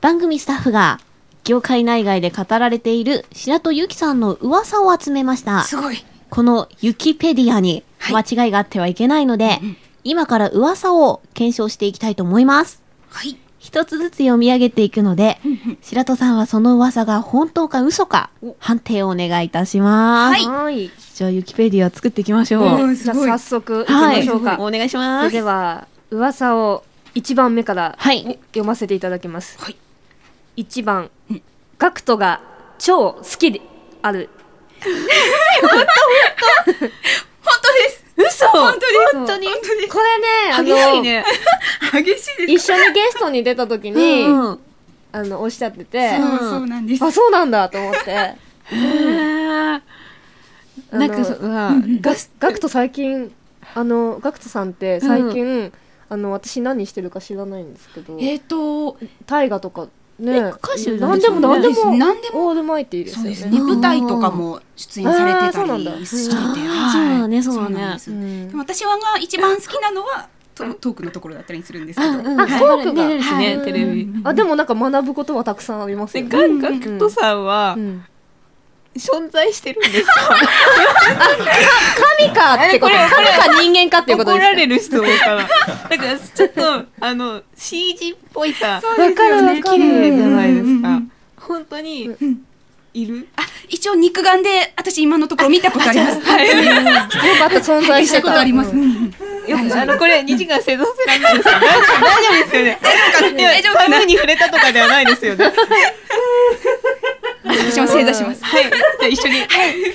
Speaker 1: 番組スタッフが業界内外で語られている白戸ゆきさんの噂を集めました。
Speaker 3: すごい
Speaker 1: このユキペディアに間違いがあってはいけないので、今から噂を検証していきたいと思います。
Speaker 3: はい
Speaker 1: 一つずつ読み上げていくので、白戸さんはその噂が本当か嘘か判定をお願いいたします。
Speaker 3: はい
Speaker 2: はい。
Speaker 1: じゃあユキペディア作っていきましょう。
Speaker 3: おー
Speaker 2: じ
Speaker 3: す
Speaker 2: ゃあ
Speaker 3: ごい
Speaker 2: 早速行き
Speaker 1: は
Speaker 2: ま
Speaker 1: い。
Speaker 2: しょうか。
Speaker 1: お願いし
Speaker 2: そ
Speaker 1: ま
Speaker 2: れ
Speaker 1: す
Speaker 2: で。は、噂を1番目から
Speaker 1: はい。
Speaker 2: 読ませていただきます。
Speaker 3: はい
Speaker 2: 1番
Speaker 3: うん、
Speaker 2: ガクトが超好きである。
Speaker 3: 本当です
Speaker 1: 嘘
Speaker 3: 本当です
Speaker 2: 本当に
Speaker 3: 本当で
Speaker 2: これね、あの、
Speaker 1: 激しいね。
Speaker 3: す激しいで
Speaker 2: 一
Speaker 3: す
Speaker 2: 緒にゲストに出た時に、
Speaker 1: うんうん
Speaker 2: あの、おっしゃってて、
Speaker 3: そうそうなんです
Speaker 2: あ、そうなんだと思って。
Speaker 1: へーなんかそ
Speaker 2: あの
Speaker 1: さ、
Speaker 2: ガスガクト最近あのガクトさんって最近、あの私何してるか知らないんですけど
Speaker 3: えっと
Speaker 2: 大河とかね
Speaker 1: え歌手な
Speaker 2: なんん
Speaker 1: でし
Speaker 2: で
Speaker 1: ょう
Speaker 2: も
Speaker 1: ね
Speaker 2: なんで
Speaker 3: そうです
Speaker 2: も
Speaker 3: 何でも
Speaker 2: オールマイティーです
Speaker 3: そ
Speaker 2: よ
Speaker 3: う
Speaker 2: ね
Speaker 3: ですね
Speaker 1: うん
Speaker 3: 舞台とかも出演されてたりして
Speaker 1: そう
Speaker 2: あー
Speaker 3: て
Speaker 1: なんだ
Speaker 3: はい
Speaker 1: あーそうなんだね
Speaker 3: そう
Speaker 2: う
Speaker 3: なんです
Speaker 2: ん
Speaker 3: でも私はが一番好きなのはトトークのところだったりするんですけど
Speaker 1: うん
Speaker 2: あトーク
Speaker 1: 出
Speaker 2: が
Speaker 1: てるしね、
Speaker 2: はい
Speaker 1: テレビ。
Speaker 2: あでもなんか学ぶことはたくさんあります
Speaker 1: で
Speaker 2: よね、
Speaker 1: ガンガクトさんは
Speaker 2: うん、
Speaker 1: 存在してるんですか
Speaker 2: 神かってこと
Speaker 1: あれこれ
Speaker 2: 神か人間かっていうこと
Speaker 1: 怒
Speaker 2: で
Speaker 1: ら
Speaker 2: す
Speaker 1: れる人多いから。だからちょっと、あの、CG っぽいさ、
Speaker 3: そうですよね
Speaker 2: わかるわか
Speaker 1: 綺
Speaker 2: る
Speaker 1: 麗じゃないで
Speaker 3: う
Speaker 1: す
Speaker 3: んうんう
Speaker 1: か
Speaker 3: ん。
Speaker 1: 本当に
Speaker 3: ん、
Speaker 4: いる
Speaker 3: あ一応肉眼で私今のところ見たことあります。はい。
Speaker 2: よかった存在
Speaker 4: し
Speaker 2: したて
Speaker 4: こ
Speaker 2: た。
Speaker 4: とあります。
Speaker 2: うん
Speaker 4: よく
Speaker 5: あのこれ2時間生存せられないですよね。大丈夫ですよね。
Speaker 3: 大丈夫かな
Speaker 5: 台風に触れたとかではないですよ ね。
Speaker 3: 私も正座します。
Speaker 5: はい。じゃあ一緒に。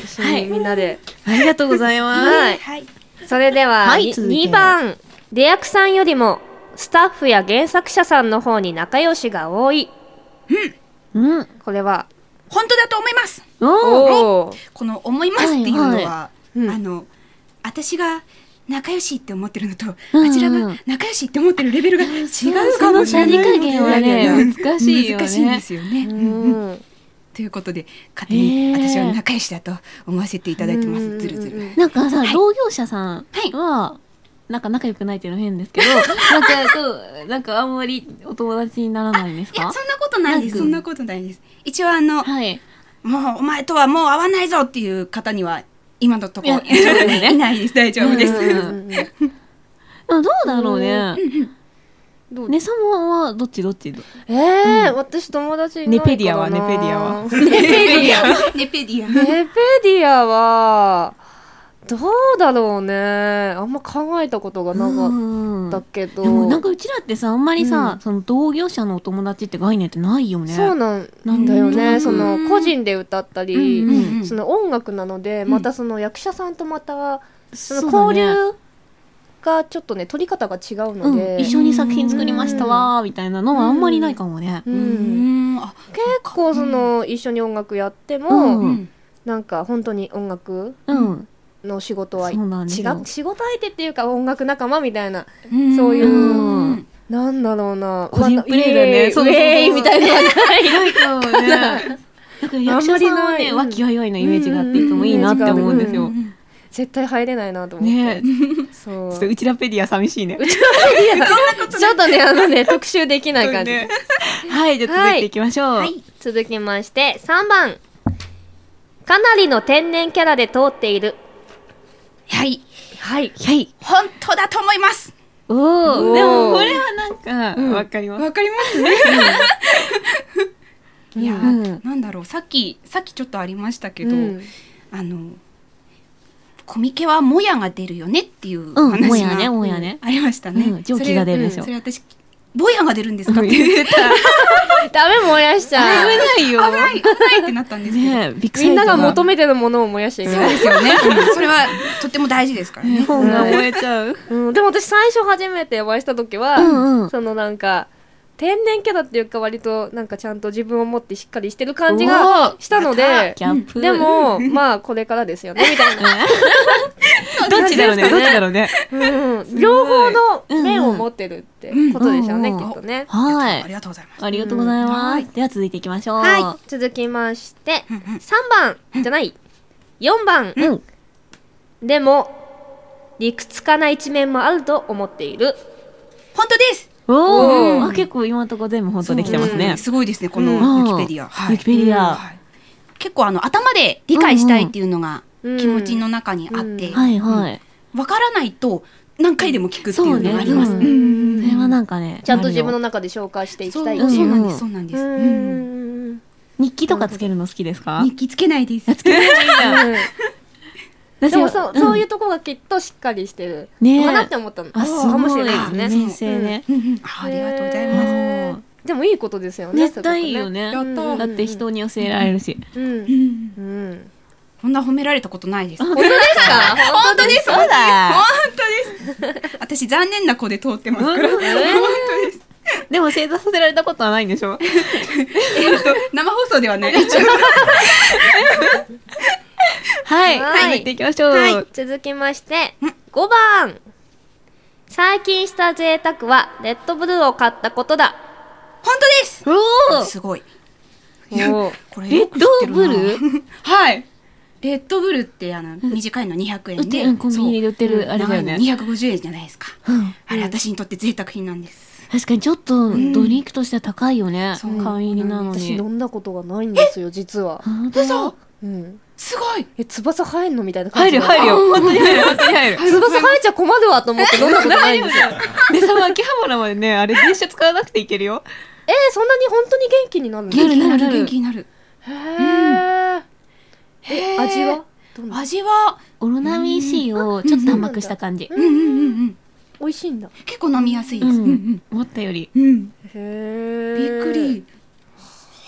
Speaker 2: 一緒にみんなで。
Speaker 5: ありがとうございます。
Speaker 2: はい。
Speaker 3: はい。
Speaker 2: それでは、
Speaker 1: はい
Speaker 2: に
Speaker 1: 続いて
Speaker 2: 2番。出役さんよりも、スタッフや原作者さんの方に仲良しが多い。
Speaker 1: うん。
Speaker 2: これは、
Speaker 3: 本当だと思います。
Speaker 1: おー
Speaker 2: おー
Speaker 3: この思いますっていうのは、
Speaker 1: はい
Speaker 2: うん
Speaker 3: あの私が仲良しって思ってるのと、
Speaker 1: うんうん
Speaker 3: あちらが仲良しって思ってるレベルが違う
Speaker 1: そ
Speaker 3: か
Speaker 1: の
Speaker 3: もしれ
Speaker 1: さ
Speaker 3: ない
Speaker 1: じ
Speaker 3: ので
Speaker 1: 加減はね、難しいよね。
Speaker 3: 難しいんですよね。
Speaker 2: う
Speaker 3: うんうん
Speaker 2: ん。
Speaker 3: ということで勝手に
Speaker 1: へー
Speaker 3: 私は仲良しだと思わせていただいてま
Speaker 2: うんうんう
Speaker 3: す。
Speaker 2: ん
Speaker 3: ずるずる。
Speaker 1: なんかさ、
Speaker 3: はい
Speaker 1: 同業者さん
Speaker 3: はい
Speaker 1: は、なんか仲良くないっていうのは変ですけど、なんかこう、なんかあんまりお友達にならないんです
Speaker 3: いや
Speaker 1: か
Speaker 3: そんなことないで
Speaker 1: な
Speaker 3: す。
Speaker 1: く
Speaker 3: そんなことないです。一応あの、
Speaker 1: はい。
Speaker 3: もうお前とはもう会わないぞっていう方には今のところ
Speaker 1: いやそうですね
Speaker 3: いないです。大丈夫です。
Speaker 1: うん うん
Speaker 2: うんうん
Speaker 1: でもどうだろうね。
Speaker 2: どう
Speaker 1: ねさまはどっちどっち
Speaker 2: えー、私友達いないからな
Speaker 5: ネペディアはネペディアは
Speaker 3: ネペディア。ネペディア。
Speaker 2: ネペディアは、どうだろうね。あんま考えたことがなか
Speaker 1: ん
Speaker 2: ったけど。
Speaker 1: でもなんかうちらってさあんまりさ、その同業者のお友達って概念ってないよね。
Speaker 2: そうなん
Speaker 1: なん
Speaker 2: だよ
Speaker 3: う
Speaker 2: ね。
Speaker 3: ん
Speaker 2: その、個人で歌ったり、
Speaker 1: うんうん
Speaker 2: その音楽なので、またその役者さんとまた、その
Speaker 1: そうだ
Speaker 2: 交
Speaker 1: ね
Speaker 2: 流がちょっとね、取り方が違う
Speaker 1: う
Speaker 2: ので、
Speaker 1: ん、一緒に作品作りましたわーみたいなのはあんまりないかもね。
Speaker 2: う
Speaker 3: うんん。あ、
Speaker 2: 結構その、一緒に音楽やって
Speaker 1: う
Speaker 2: も、
Speaker 1: ん
Speaker 3: うん
Speaker 2: なんか本当に音楽
Speaker 1: うん、
Speaker 2: の仕事は違
Speaker 1: そうなん
Speaker 2: う
Speaker 1: です
Speaker 2: 仕
Speaker 1: よ
Speaker 2: 事相手っていうか音楽仲間みたいな
Speaker 3: そ
Speaker 2: そうう
Speaker 3: い
Speaker 2: いううんなんだろうな。
Speaker 5: 個人プレイだね
Speaker 2: ま
Speaker 5: そ
Speaker 2: あ
Speaker 5: うそうそう
Speaker 2: イエーイイエーイみたいなのはない。
Speaker 5: ないかも ね。
Speaker 1: だから役者さんはね
Speaker 2: あんまりないうん
Speaker 1: 和気あいあいなイメージがあっていつもいいなって思うんですよ。
Speaker 2: 絶対入れないなと思って。
Speaker 5: ねえ。
Speaker 2: そう。
Speaker 5: ちょっ
Speaker 2: ち
Speaker 5: とうちらペディア寂しいね。
Speaker 2: ょっとね、あのね、特集できない感じ。
Speaker 5: ね はい、じゃあ続いていきましょう。
Speaker 3: はい。
Speaker 2: 続きまして、3番。かなりの天然キャラで通っている。
Speaker 3: はい。
Speaker 2: はい。
Speaker 1: はい。
Speaker 3: 本当だと思います。
Speaker 1: おー
Speaker 2: おー
Speaker 1: でもこれはなんか、
Speaker 5: うんわかります。
Speaker 3: わかりますね。いや
Speaker 1: うん
Speaker 3: ー、なんだろう。さっき、さっきちょっとありましたけど、
Speaker 2: うん
Speaker 3: あの、コミケはもやが出るよねっていう
Speaker 1: うん
Speaker 3: 話が、
Speaker 1: もやねもやね
Speaker 3: ありました
Speaker 1: うん
Speaker 3: ね。
Speaker 1: 蒸気が出るでしょ
Speaker 3: それうんそれ私、ぼやが出るんですかって
Speaker 5: 言
Speaker 3: 言
Speaker 5: ってた。
Speaker 2: ダメ燃やしちゃう。
Speaker 5: 危ないよ。
Speaker 3: 危ない、危ないってなったんですけど。
Speaker 5: ねえ、ビッグサイ
Speaker 2: みんなが
Speaker 5: ト
Speaker 2: 求めてるものを燃やしてい
Speaker 3: そう
Speaker 2: る。
Speaker 3: ですよね。うんそれはとっても大事ですからね。
Speaker 5: 本が燃えちゃう。
Speaker 2: うん、でも私最初初めてお会いした時は、
Speaker 1: うんうん
Speaker 2: そのなんか、天然キャラっていうか割となんかちゃんと自分を持ってしっかりしてる感じがしたので、
Speaker 1: ギャップ。
Speaker 2: で、も、まあ、これからですよね、みたいな。
Speaker 5: どっちだろうね、どっちだろうね。
Speaker 2: うん両方の面を持ってるってことでしょうね、
Speaker 1: うんうん
Speaker 2: きっとね。
Speaker 1: は
Speaker 3: あ
Speaker 1: い
Speaker 3: り。がとうございます。
Speaker 1: ありがとうござい
Speaker 3: うん
Speaker 1: ま
Speaker 3: は
Speaker 1: す。
Speaker 3: い
Speaker 1: では続いていきましょう。
Speaker 2: はい、続きまして、
Speaker 3: うんうん
Speaker 2: 3番じゃない、4番。
Speaker 1: うん。
Speaker 2: でも、理屈かな一面もあると思っている。
Speaker 3: 本当です。
Speaker 1: お
Speaker 2: うん
Speaker 1: ーあ、結構今のとこ全部本当できてます
Speaker 3: そう
Speaker 1: ね
Speaker 3: うん。すごいですね、こ
Speaker 1: う
Speaker 3: の
Speaker 1: ん
Speaker 3: ウィキペディア。は
Speaker 1: ウ
Speaker 3: い
Speaker 1: ィキペディア
Speaker 3: はい結構あの頭で理解したいっていうのが
Speaker 2: うんうん
Speaker 3: 気持ちの中にあっ
Speaker 2: う
Speaker 3: て、
Speaker 1: はいはい。
Speaker 3: わからないと何回でも聞くっていうのがあります。
Speaker 1: そううね
Speaker 3: ん
Speaker 1: それはなんかね、
Speaker 2: ちゃんと自分
Speaker 1: あ
Speaker 2: の
Speaker 1: るよ
Speaker 2: 中で紹介してい
Speaker 3: そ
Speaker 2: き
Speaker 3: う
Speaker 2: たいって
Speaker 1: ん
Speaker 2: い
Speaker 3: そう
Speaker 2: う。
Speaker 3: なんです、そうなんで
Speaker 2: う
Speaker 3: す。
Speaker 2: ん
Speaker 3: うん
Speaker 1: 日記とかつけるの好きですか。
Speaker 3: 日記つけないです。
Speaker 2: でもそう、そういううとこがきっとしっかりしてる。
Speaker 1: ねえ
Speaker 2: かなって思ったの。
Speaker 1: あ、す
Speaker 2: かもし
Speaker 1: ご
Speaker 2: れ
Speaker 1: い。
Speaker 2: ないですね。
Speaker 1: 年生ね。
Speaker 3: うんうんあありがとうございます。
Speaker 2: へーでもいいことですよね。
Speaker 1: 絶対いいよね。
Speaker 2: そういうこ
Speaker 1: だ
Speaker 2: と
Speaker 1: って人に教えられるし。
Speaker 2: うん
Speaker 3: う。ん
Speaker 2: うん。
Speaker 3: こんな褒められたことないです。
Speaker 2: 本当ですか
Speaker 3: 本当です。
Speaker 1: そうだ
Speaker 3: 本当です。私残念な子で通ってますから。本当です。
Speaker 5: でも正座させられたことはないんでしょ
Speaker 3: えっと 生放送ではない。一応
Speaker 5: はい、
Speaker 2: はい
Speaker 5: 続いていきましょう。
Speaker 2: はい。続きまして、5番。最近した贅沢は、レッドブルーを買ったことだ。
Speaker 3: 本当です。
Speaker 5: おお
Speaker 3: すごい。
Speaker 2: お
Speaker 3: これ
Speaker 1: レ
Speaker 3: よ
Speaker 1: ッ
Speaker 3: く知って
Speaker 1: ド
Speaker 3: る
Speaker 1: ブ
Speaker 3: な
Speaker 1: ル
Speaker 3: はい。レッドブルってあの短いの200
Speaker 1: 売っ
Speaker 3: 円
Speaker 1: て
Speaker 3: で、
Speaker 1: うんコンビニで売って
Speaker 3: そ
Speaker 1: る
Speaker 3: う
Speaker 1: あれだよね
Speaker 3: 長。いの250円じゃないですか。
Speaker 1: うん
Speaker 3: あれ私にとって贅沢品なんです。
Speaker 1: 確かにちょっとドリンクとしては高いよね。
Speaker 3: そう
Speaker 1: 缶入りなの
Speaker 2: 私
Speaker 1: に
Speaker 2: 飲。んだことがないんですよ、実は。
Speaker 1: 本当
Speaker 3: 嘘
Speaker 2: うん。
Speaker 3: すごい
Speaker 2: え、翼生えんのみたいな感
Speaker 5: 入
Speaker 2: じ
Speaker 5: る
Speaker 2: で
Speaker 5: よ入るよ。本当に入る、本当に入る。
Speaker 2: 翼生えちゃ困るわと思って飲んだことないん ですよ。
Speaker 5: で、さ、秋葉原までね、あれ電車使わなくていけるよ。
Speaker 2: えー、そんなに本当に元気になるんで
Speaker 1: なる
Speaker 3: 元気に
Speaker 1: な
Speaker 3: な
Speaker 1: るな
Speaker 3: る
Speaker 1: る
Speaker 3: 元気になる。
Speaker 6: へー
Speaker 3: へー
Speaker 2: 味はどんな
Speaker 3: 味は、
Speaker 5: オロナミン C をちょっと甘くした感じ
Speaker 2: う
Speaker 3: うんうんうんうん。
Speaker 2: 美味しいんだ
Speaker 3: 結構飲みやすいです。
Speaker 5: う
Speaker 3: うんんうん
Speaker 5: 思ったより
Speaker 3: うん。
Speaker 2: へえ
Speaker 3: びっくり。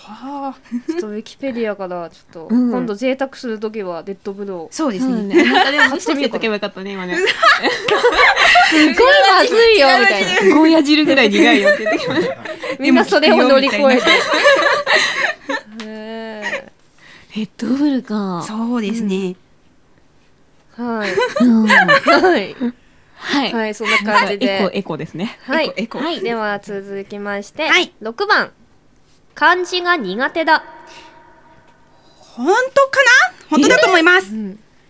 Speaker 2: はあちょっとウィキペディアからちょっと
Speaker 5: うん
Speaker 2: 今度贅沢する時はレッドブドウ
Speaker 3: そうですね。
Speaker 5: ねなんかでも
Speaker 2: してみようかな
Speaker 5: つけばよかったね今ね
Speaker 2: すごいまずいよみたいな
Speaker 5: ゴーヤ汁ぐらい苦いよって言ってきました
Speaker 2: みんなそれを乗り越えてへ
Speaker 5: レッドブルか
Speaker 3: そうですね。
Speaker 2: ーはい
Speaker 5: うん
Speaker 2: はい
Speaker 5: はい
Speaker 2: はいそんな感じ
Speaker 5: エコ
Speaker 2: で
Speaker 5: エコですね
Speaker 2: はい
Speaker 3: エコエコ
Speaker 2: はいでは続きまして
Speaker 3: はい
Speaker 2: 6番漢字が苦手だ
Speaker 3: 本当かな本当だと思います。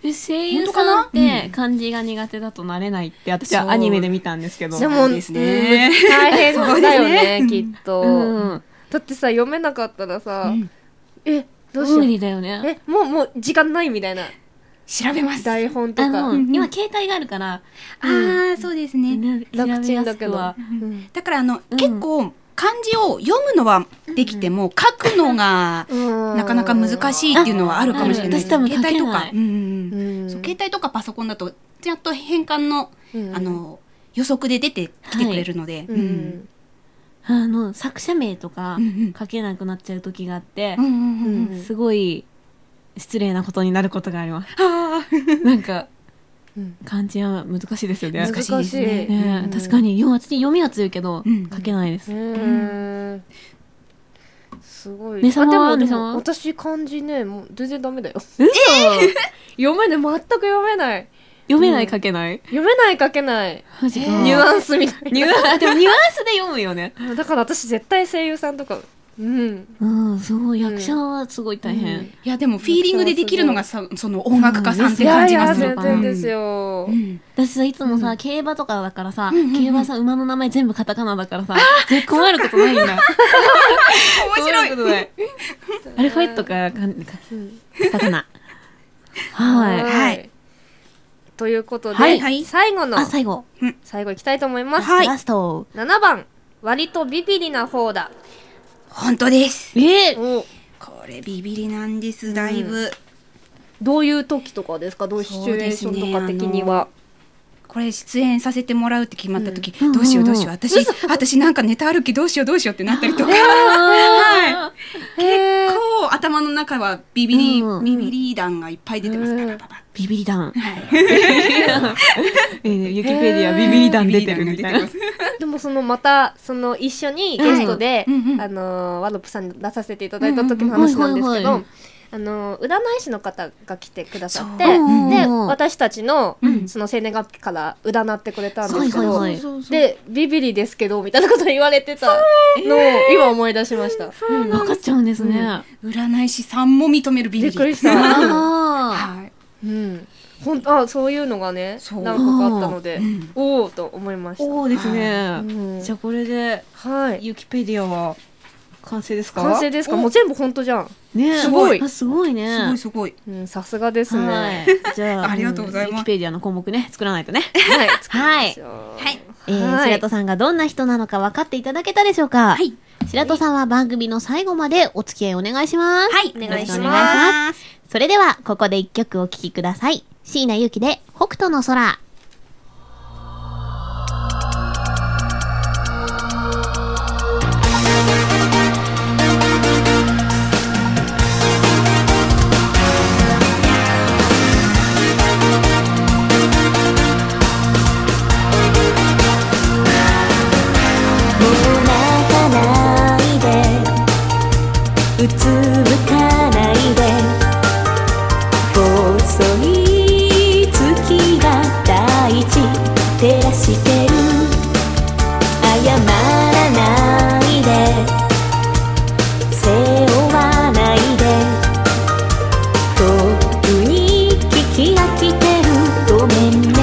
Speaker 5: 声優さんって漢字が苦手だとなれないって私はアニメで見たんですけど
Speaker 2: でも
Speaker 3: ですね
Speaker 2: うん大変だよね
Speaker 3: そうですね
Speaker 2: きっと、
Speaker 5: うん
Speaker 2: だってさ読めなかったらさ、
Speaker 3: うん
Speaker 2: えどうしよ
Speaker 5: 無
Speaker 2: う
Speaker 5: 理だよね
Speaker 2: えもうもう時間ないみたいな
Speaker 3: 調べます。あ
Speaker 2: 台本と
Speaker 5: あ
Speaker 2: か
Speaker 5: の
Speaker 3: うん
Speaker 5: 今携帯があるから
Speaker 3: あー、そうです
Speaker 5: ね
Speaker 3: ね。
Speaker 5: 調
Speaker 2: 楽
Speaker 5: べ
Speaker 2: ちん
Speaker 5: や
Speaker 2: だ
Speaker 5: す
Speaker 2: け
Speaker 5: く
Speaker 2: ど
Speaker 5: は
Speaker 2: うん
Speaker 3: だからあの、
Speaker 5: うん
Speaker 3: 結構漢字を読むのはできても、書くの がなかなか難しいっていうのはあるかもしれないです。
Speaker 5: あうん私多分書けない
Speaker 3: 携帯とか、うんうん
Speaker 2: う
Speaker 3: うん
Speaker 2: ん
Speaker 3: そう携帯とかパソコンだと、ちゃんと変換の、
Speaker 2: うん
Speaker 3: あの、予測で出てきてくれるので。
Speaker 2: う
Speaker 3: うんん
Speaker 5: あの作者名とか
Speaker 3: うんうん
Speaker 5: 書けなくなっちゃう時があって
Speaker 3: うんうんうん
Speaker 2: うん
Speaker 5: すごい失礼なことになることがあります
Speaker 3: あー
Speaker 5: なんか
Speaker 2: うん
Speaker 5: 漢字は難しいですよね
Speaker 2: 難しい
Speaker 3: 難しい
Speaker 2: ね
Speaker 3: です
Speaker 5: ね
Speaker 2: うん
Speaker 5: 確かに読み私読みは強いけど
Speaker 3: うん
Speaker 5: 書けないです
Speaker 2: うんすごい
Speaker 5: ねさまは
Speaker 2: あでも
Speaker 5: ね
Speaker 2: で
Speaker 5: さまは
Speaker 2: も私漢字ねもう全然ダメだよ読めない全く読めない
Speaker 5: 読めない書けない
Speaker 2: 読めない書けない
Speaker 5: マジか
Speaker 2: ニュアンスみ たい
Speaker 5: ニュアンでもニュアンスで読むよね
Speaker 2: なだから私絶対声優さんとかうん
Speaker 5: うんすごい役者はすごい大
Speaker 2: うん
Speaker 5: 変
Speaker 3: いや、でも、フィーリングでできるのがさ、その音楽家さんっ
Speaker 2: い
Speaker 3: て
Speaker 2: や
Speaker 3: 感
Speaker 2: い
Speaker 3: じ
Speaker 2: や
Speaker 3: がする
Speaker 2: 全
Speaker 3: か
Speaker 2: 然
Speaker 3: ら。
Speaker 2: ですよ
Speaker 3: うんうん
Speaker 5: 私さいつもさ競馬とかだからさ
Speaker 3: うんうんうん
Speaker 5: 競馬さ馬の名前全部カタカナだからさ絶対困ることないんだ
Speaker 3: 面白い
Speaker 5: 困ることないアルファベットかかんか
Speaker 2: うん
Speaker 5: カタカナはい
Speaker 3: はい
Speaker 2: ということで、
Speaker 5: はい
Speaker 3: はい
Speaker 2: 最後の
Speaker 5: あ最後
Speaker 2: 最後いきたいと思います、
Speaker 3: はい
Speaker 5: ラスト
Speaker 2: 7番割とビビリな方だ
Speaker 3: 本当です。
Speaker 5: えー
Speaker 2: お
Speaker 3: これ、ビビリなんです、だいぶ。
Speaker 2: どういう時とかですかどういうシチュエーションとか的には、
Speaker 3: これ出演させてもらうって決まった時、
Speaker 5: うん
Speaker 3: どうしよう
Speaker 5: うんう
Speaker 3: ど
Speaker 5: ん
Speaker 3: うしよう、私私なんかネタあるきどうしようどうしようってなったりとか
Speaker 5: あー
Speaker 2: へー
Speaker 3: こう頭の中はビビリ、
Speaker 5: うん
Speaker 3: ビビリ弾がいっぱい出てますから、
Speaker 2: うん
Speaker 3: パパパ
Speaker 5: ビビリ団
Speaker 3: はい
Speaker 5: えーユキペディアビビリ団出てるみたいな
Speaker 3: ビビリ弾が出てます
Speaker 2: でもそのまたその一緒にゲストで、
Speaker 3: うんうんうん
Speaker 2: あのーワロップさんに出させていただいた時の話なんですけ
Speaker 5: うんうんうんはいはい
Speaker 2: ど
Speaker 5: はい
Speaker 2: あのー占い師の方が来てくださって
Speaker 3: そう
Speaker 5: うん
Speaker 2: で
Speaker 5: うん
Speaker 2: 私たちの
Speaker 3: うん
Speaker 2: その生年月日から占ってくれたんですけ
Speaker 5: はいはい
Speaker 2: ど
Speaker 5: はい
Speaker 2: でビビリですけどみたいなこと言われてたのを今思い出しました
Speaker 5: 分かっちゃうんですね
Speaker 2: うん
Speaker 5: あ
Speaker 3: 占い師さんも認めるビ
Speaker 2: びっ
Speaker 3: ビ
Speaker 2: くり
Speaker 3: リ
Speaker 2: した
Speaker 5: あ
Speaker 3: はい
Speaker 2: うんほんあそういうのがね
Speaker 3: そう
Speaker 2: 何個かあったので
Speaker 3: うん
Speaker 2: おおと思いました
Speaker 5: そうです
Speaker 2: う
Speaker 5: ね
Speaker 2: ん
Speaker 5: じゃあこれで
Speaker 2: はい
Speaker 5: ユキペディアは完成ですか
Speaker 2: 完成ですか
Speaker 5: お
Speaker 2: もう全部本当じゃん
Speaker 5: ね
Speaker 2: すごい
Speaker 5: あすごいね
Speaker 3: すごいすごい
Speaker 2: うんさすがですね
Speaker 5: はいじゃあ
Speaker 3: ありがとうございます
Speaker 5: ユキペディアの項目ね作らないとね
Speaker 2: はい。
Speaker 5: はい
Speaker 2: はい。
Speaker 5: えー白戸さんがどんな人なのか分かっていただけたでしょうか
Speaker 3: はい
Speaker 5: 白戸さんは番組の最後までお付き合いお願いします
Speaker 3: はい
Speaker 2: お願いします
Speaker 5: よろくお願いしますそれではここで一曲お聴きください椎名ゆきで北斗の空
Speaker 7: 「もう泣かないでうつむかないで」「細い月が大地照らしてる」「謝らないで背負わないで」「遠くに聞き飽きてるごめんね」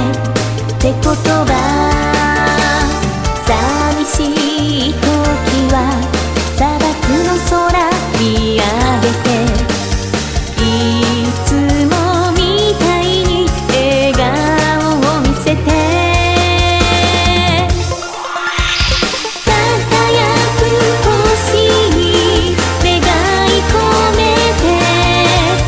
Speaker 7: って言葉寂しい時は砂漠の空見上げていつもみたいに笑顔を見せて輝く星に願い込めて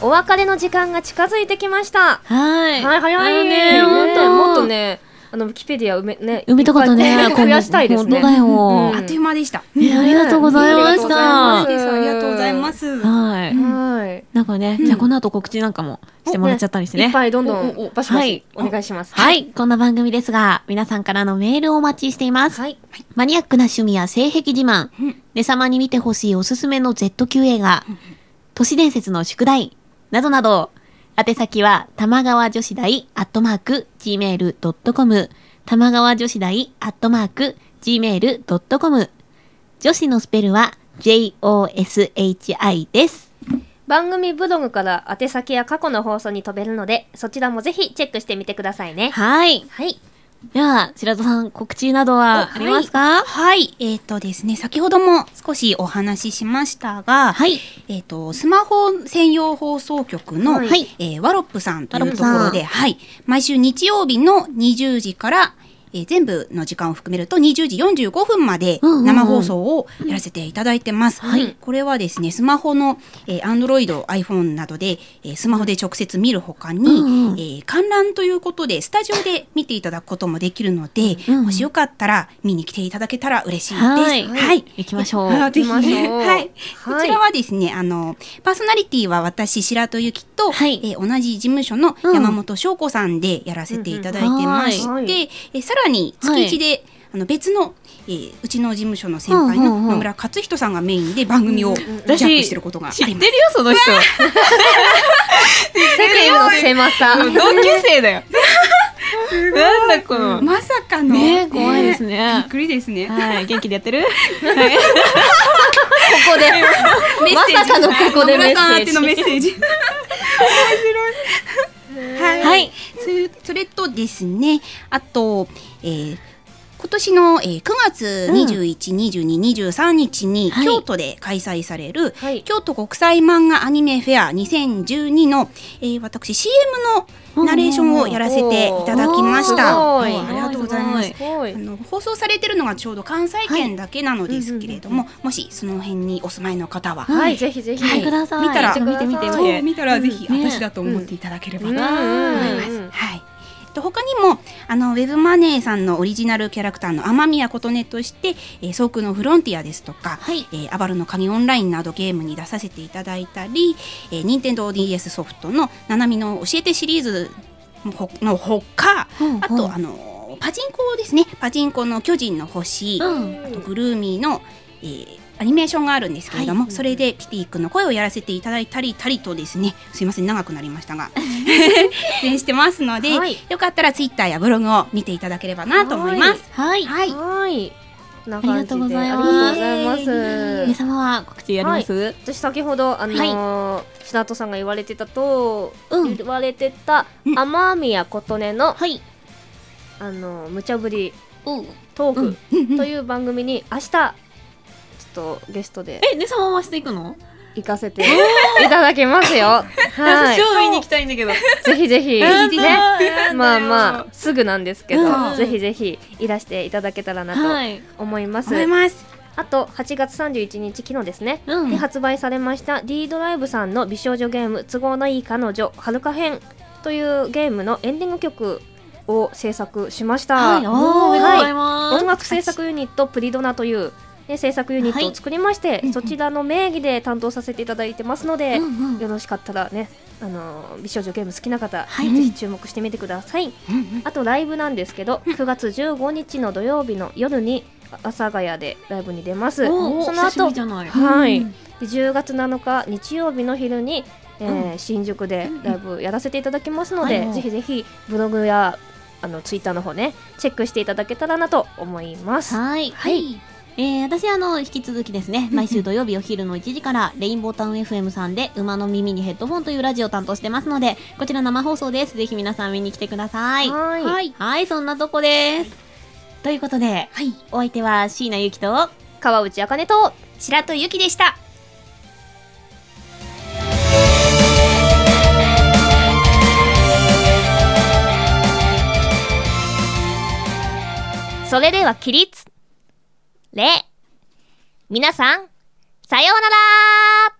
Speaker 2: 別れの時間が近づいてきました。
Speaker 1: はい。
Speaker 2: はい、早い
Speaker 1: ね
Speaker 2: ね。本当
Speaker 1: ね
Speaker 2: もっとね、あの、ウィキペディア埋め、ね。
Speaker 1: 埋めたかった
Speaker 2: い
Speaker 1: ね。
Speaker 2: ぱい増やしたいですね。
Speaker 1: 本当だ
Speaker 2: う
Speaker 1: よ。
Speaker 3: あっという間でした。
Speaker 1: ねありがとうございました。
Speaker 2: あ
Speaker 1: は
Speaker 2: り。
Speaker 3: ありがとうございますす。
Speaker 1: い。
Speaker 2: はい。
Speaker 1: なんかね、じゃあこの後告知なんかもしてもらっちゃったりして
Speaker 2: い
Speaker 1: ね
Speaker 2: っ。ぱいどんどん、バシバシ、
Speaker 1: はい
Speaker 2: お願いします。
Speaker 1: はい。こんな番組ですが、皆さんからのメールをお待ちしています。
Speaker 2: はい。
Speaker 1: マニアックな趣味や性癖自慢、寝様に見てほしいおすすめの Z 級映画、都市伝説の宿題、などなど、宛先は、玉川女子大アットマーク、gmail.com、玉川女子大アットマーク、gmail.com、女子のスペルは、joshi です。
Speaker 2: 番組ブログから宛先や過去の放送に飛べるので、そちらもぜひチェックしてみてくださいね。
Speaker 1: はい。
Speaker 2: はい。
Speaker 1: では、白戸さん、告知などはありますか
Speaker 3: はい。えっ、とですね、先ほども少しお話ししましたが、
Speaker 1: はい。
Speaker 3: えっ、と、スマホ専用放送局の、
Speaker 1: はい
Speaker 3: えーワロップさんというとこ
Speaker 1: ワロッ
Speaker 3: ろ
Speaker 1: プ
Speaker 3: で、はい。毎週日曜日の20時から、えー全部の時間を含めると20時45分まで
Speaker 1: うんうんうん
Speaker 3: 生放送をやらせていただいてます。
Speaker 1: はい
Speaker 3: これはですね、スマホの、えー、Android、iPhone などで、えースマホで直接見るほかに、
Speaker 1: うんうん
Speaker 3: えー観覧ということで、スタジオで見ていただくこともできるので、
Speaker 1: うんうん
Speaker 3: もしよかったら見に来ていただけたら嬉しいです。
Speaker 1: はい
Speaker 3: はい
Speaker 1: 行きましょう。
Speaker 3: あぜひ
Speaker 2: 行きましょう
Speaker 3: はい。
Speaker 2: はい
Speaker 3: こちらはですね、あの、パーソナリティは私、白戸ゆきと、
Speaker 1: はい
Speaker 3: えー同じ事務所の
Speaker 1: うん
Speaker 3: 山本翔子さんでやらせていただいてまして、
Speaker 2: うんうんうんはい
Speaker 3: えーさらに月一で、あの別の、えーうちの事務所の先輩
Speaker 1: うんう
Speaker 3: の
Speaker 1: んうん
Speaker 3: 野村克人さんがメインで番組をジャックしてることがあ
Speaker 5: 知って
Speaker 3: り
Speaker 5: る
Speaker 3: ます。
Speaker 5: よ、その人。
Speaker 2: 世間の狭さ。
Speaker 5: うん同級生だよ。 なんだこの。
Speaker 3: まさかの。
Speaker 5: ね
Speaker 3: ね
Speaker 1: 怖いですね
Speaker 3: びっ。くりですね。
Speaker 1: はい、元気でやってる
Speaker 2: ここで。 まさかのここでメッセージ
Speaker 3: 野村さん宛てのメッセージ。面白い。
Speaker 1: はい。
Speaker 3: それそれとですね、あと、えー今年の、えー9月21、22、23日に、
Speaker 1: はい
Speaker 3: 京都で開催される、
Speaker 2: はい
Speaker 3: 京都国際漫画アニメフェア2012の、えー私 CM のナレーションをやらせていただきました。
Speaker 2: おー
Speaker 3: はい
Speaker 2: すごい
Speaker 3: ありがとうございます
Speaker 2: す。ごい
Speaker 3: あ。の放送されてるのがちょうど関西圏だけなのですけれども、もしその辺にお住まいの方は、
Speaker 2: はい、ぜひぜひ。
Speaker 1: 見てください。
Speaker 3: 見たら
Speaker 1: 見て見て見
Speaker 2: そう
Speaker 1: て。
Speaker 3: 見たらぜひ
Speaker 1: ね
Speaker 3: 私だと思っていただければ
Speaker 2: うん
Speaker 3: と思います。
Speaker 2: うんうん
Speaker 3: はい。えっと他にもあのウェブマネーさんのオリジナルキャラクターの雨宮琴音として、えー、総空のフロンティアですとか、
Speaker 1: はい
Speaker 3: えーアバルの鍵オンラインなどゲームに出させていただいたり、えー、任天堂 DS ソフトのナナミの教えてシリーズのほのほか、
Speaker 1: うんうん
Speaker 3: あとあのパチンコですね、パチンコの巨人の星、
Speaker 1: うん。
Speaker 3: あとグルーミーの、えーアニメーションがあるんですけれども、それでピティ君の声をやらせていただいたりたりとですねすいません長くなりました が出演してますので、
Speaker 2: はい
Speaker 3: よかったらツイッターやブログを見ていただければなと思います。
Speaker 1: はい。
Speaker 3: はい、
Speaker 2: はい。こんな
Speaker 1: ありがと
Speaker 2: 感じ
Speaker 1: うご
Speaker 2: で
Speaker 1: ざいます
Speaker 2: ありがとうございま
Speaker 1: 皆
Speaker 2: す。
Speaker 1: 様は告知やります、
Speaker 2: 私先ほどあのー白戸さんが言われてたと、
Speaker 1: うん
Speaker 2: 言われてた
Speaker 3: うん
Speaker 2: 天宮琴音の、
Speaker 1: はい。
Speaker 2: あのー無茶ぶり
Speaker 1: うん。
Speaker 2: トー
Speaker 3: うんう
Speaker 2: ク
Speaker 3: ん
Speaker 2: という番組に明日ちょっとゲストで
Speaker 1: え、ねさまはしていくの、
Speaker 2: 行かせていただきます よ。はい。
Speaker 5: 超見に行きたいんだけど。
Speaker 2: ぜひぜひ。
Speaker 5: やだ
Speaker 2: ね。
Speaker 5: やだ
Speaker 2: まあまあ、すぐなんですけど、
Speaker 1: うん
Speaker 2: ぜひぜひいらしていただけたらな
Speaker 1: はい。
Speaker 2: と思います。
Speaker 3: 思います。
Speaker 2: あと、8月31日、昨日ですね。
Speaker 1: うん
Speaker 2: で発売されました D ドライブさんの美少女ゲーム「都合のいい彼女はるか編」というゲームのエンディング曲を制作しました、
Speaker 1: はい。おー、おめでとうございます。
Speaker 2: 音楽制作ユニットプリドナという、ね、制作ユニットを作りまして、そちらの名義で担当させていただいてますので、
Speaker 1: うんうん
Speaker 2: よろしかったらねあのー美少女ゲーム好きな方、
Speaker 1: はい
Speaker 2: ぜひ注目してみてください、あとライブなんですけど、9月15日の土曜日の夜に阿佐ヶ谷でライブに出ます
Speaker 1: おー
Speaker 2: その
Speaker 1: 久しぶ
Speaker 2: 後
Speaker 1: りじゃない
Speaker 2: はい、
Speaker 1: う
Speaker 2: で10月7日日曜日の昼に、えー新宿でライブやらせていただきますので、
Speaker 1: うんはい
Speaker 2: ぜひぜひブログやあのツイッターの方ねチェックしていただけたらなと思います。
Speaker 1: はい。
Speaker 2: はい、
Speaker 1: えー、私あの、引き続きですね、毎週土曜日お昼の1時から、レインボータウン FM さんで、馬の耳にヘッドフォンというラジオを担当してますので、こちら生放送です。ぜひ皆さん見に来てください。
Speaker 2: はい
Speaker 1: はい。はい、そんなとこです。ということで、
Speaker 3: はい、
Speaker 1: お相手は椎名ゆきと、
Speaker 2: 川内茜と
Speaker 3: 白戸ゆきでした。
Speaker 2: それでは起立礼皆さんさようなら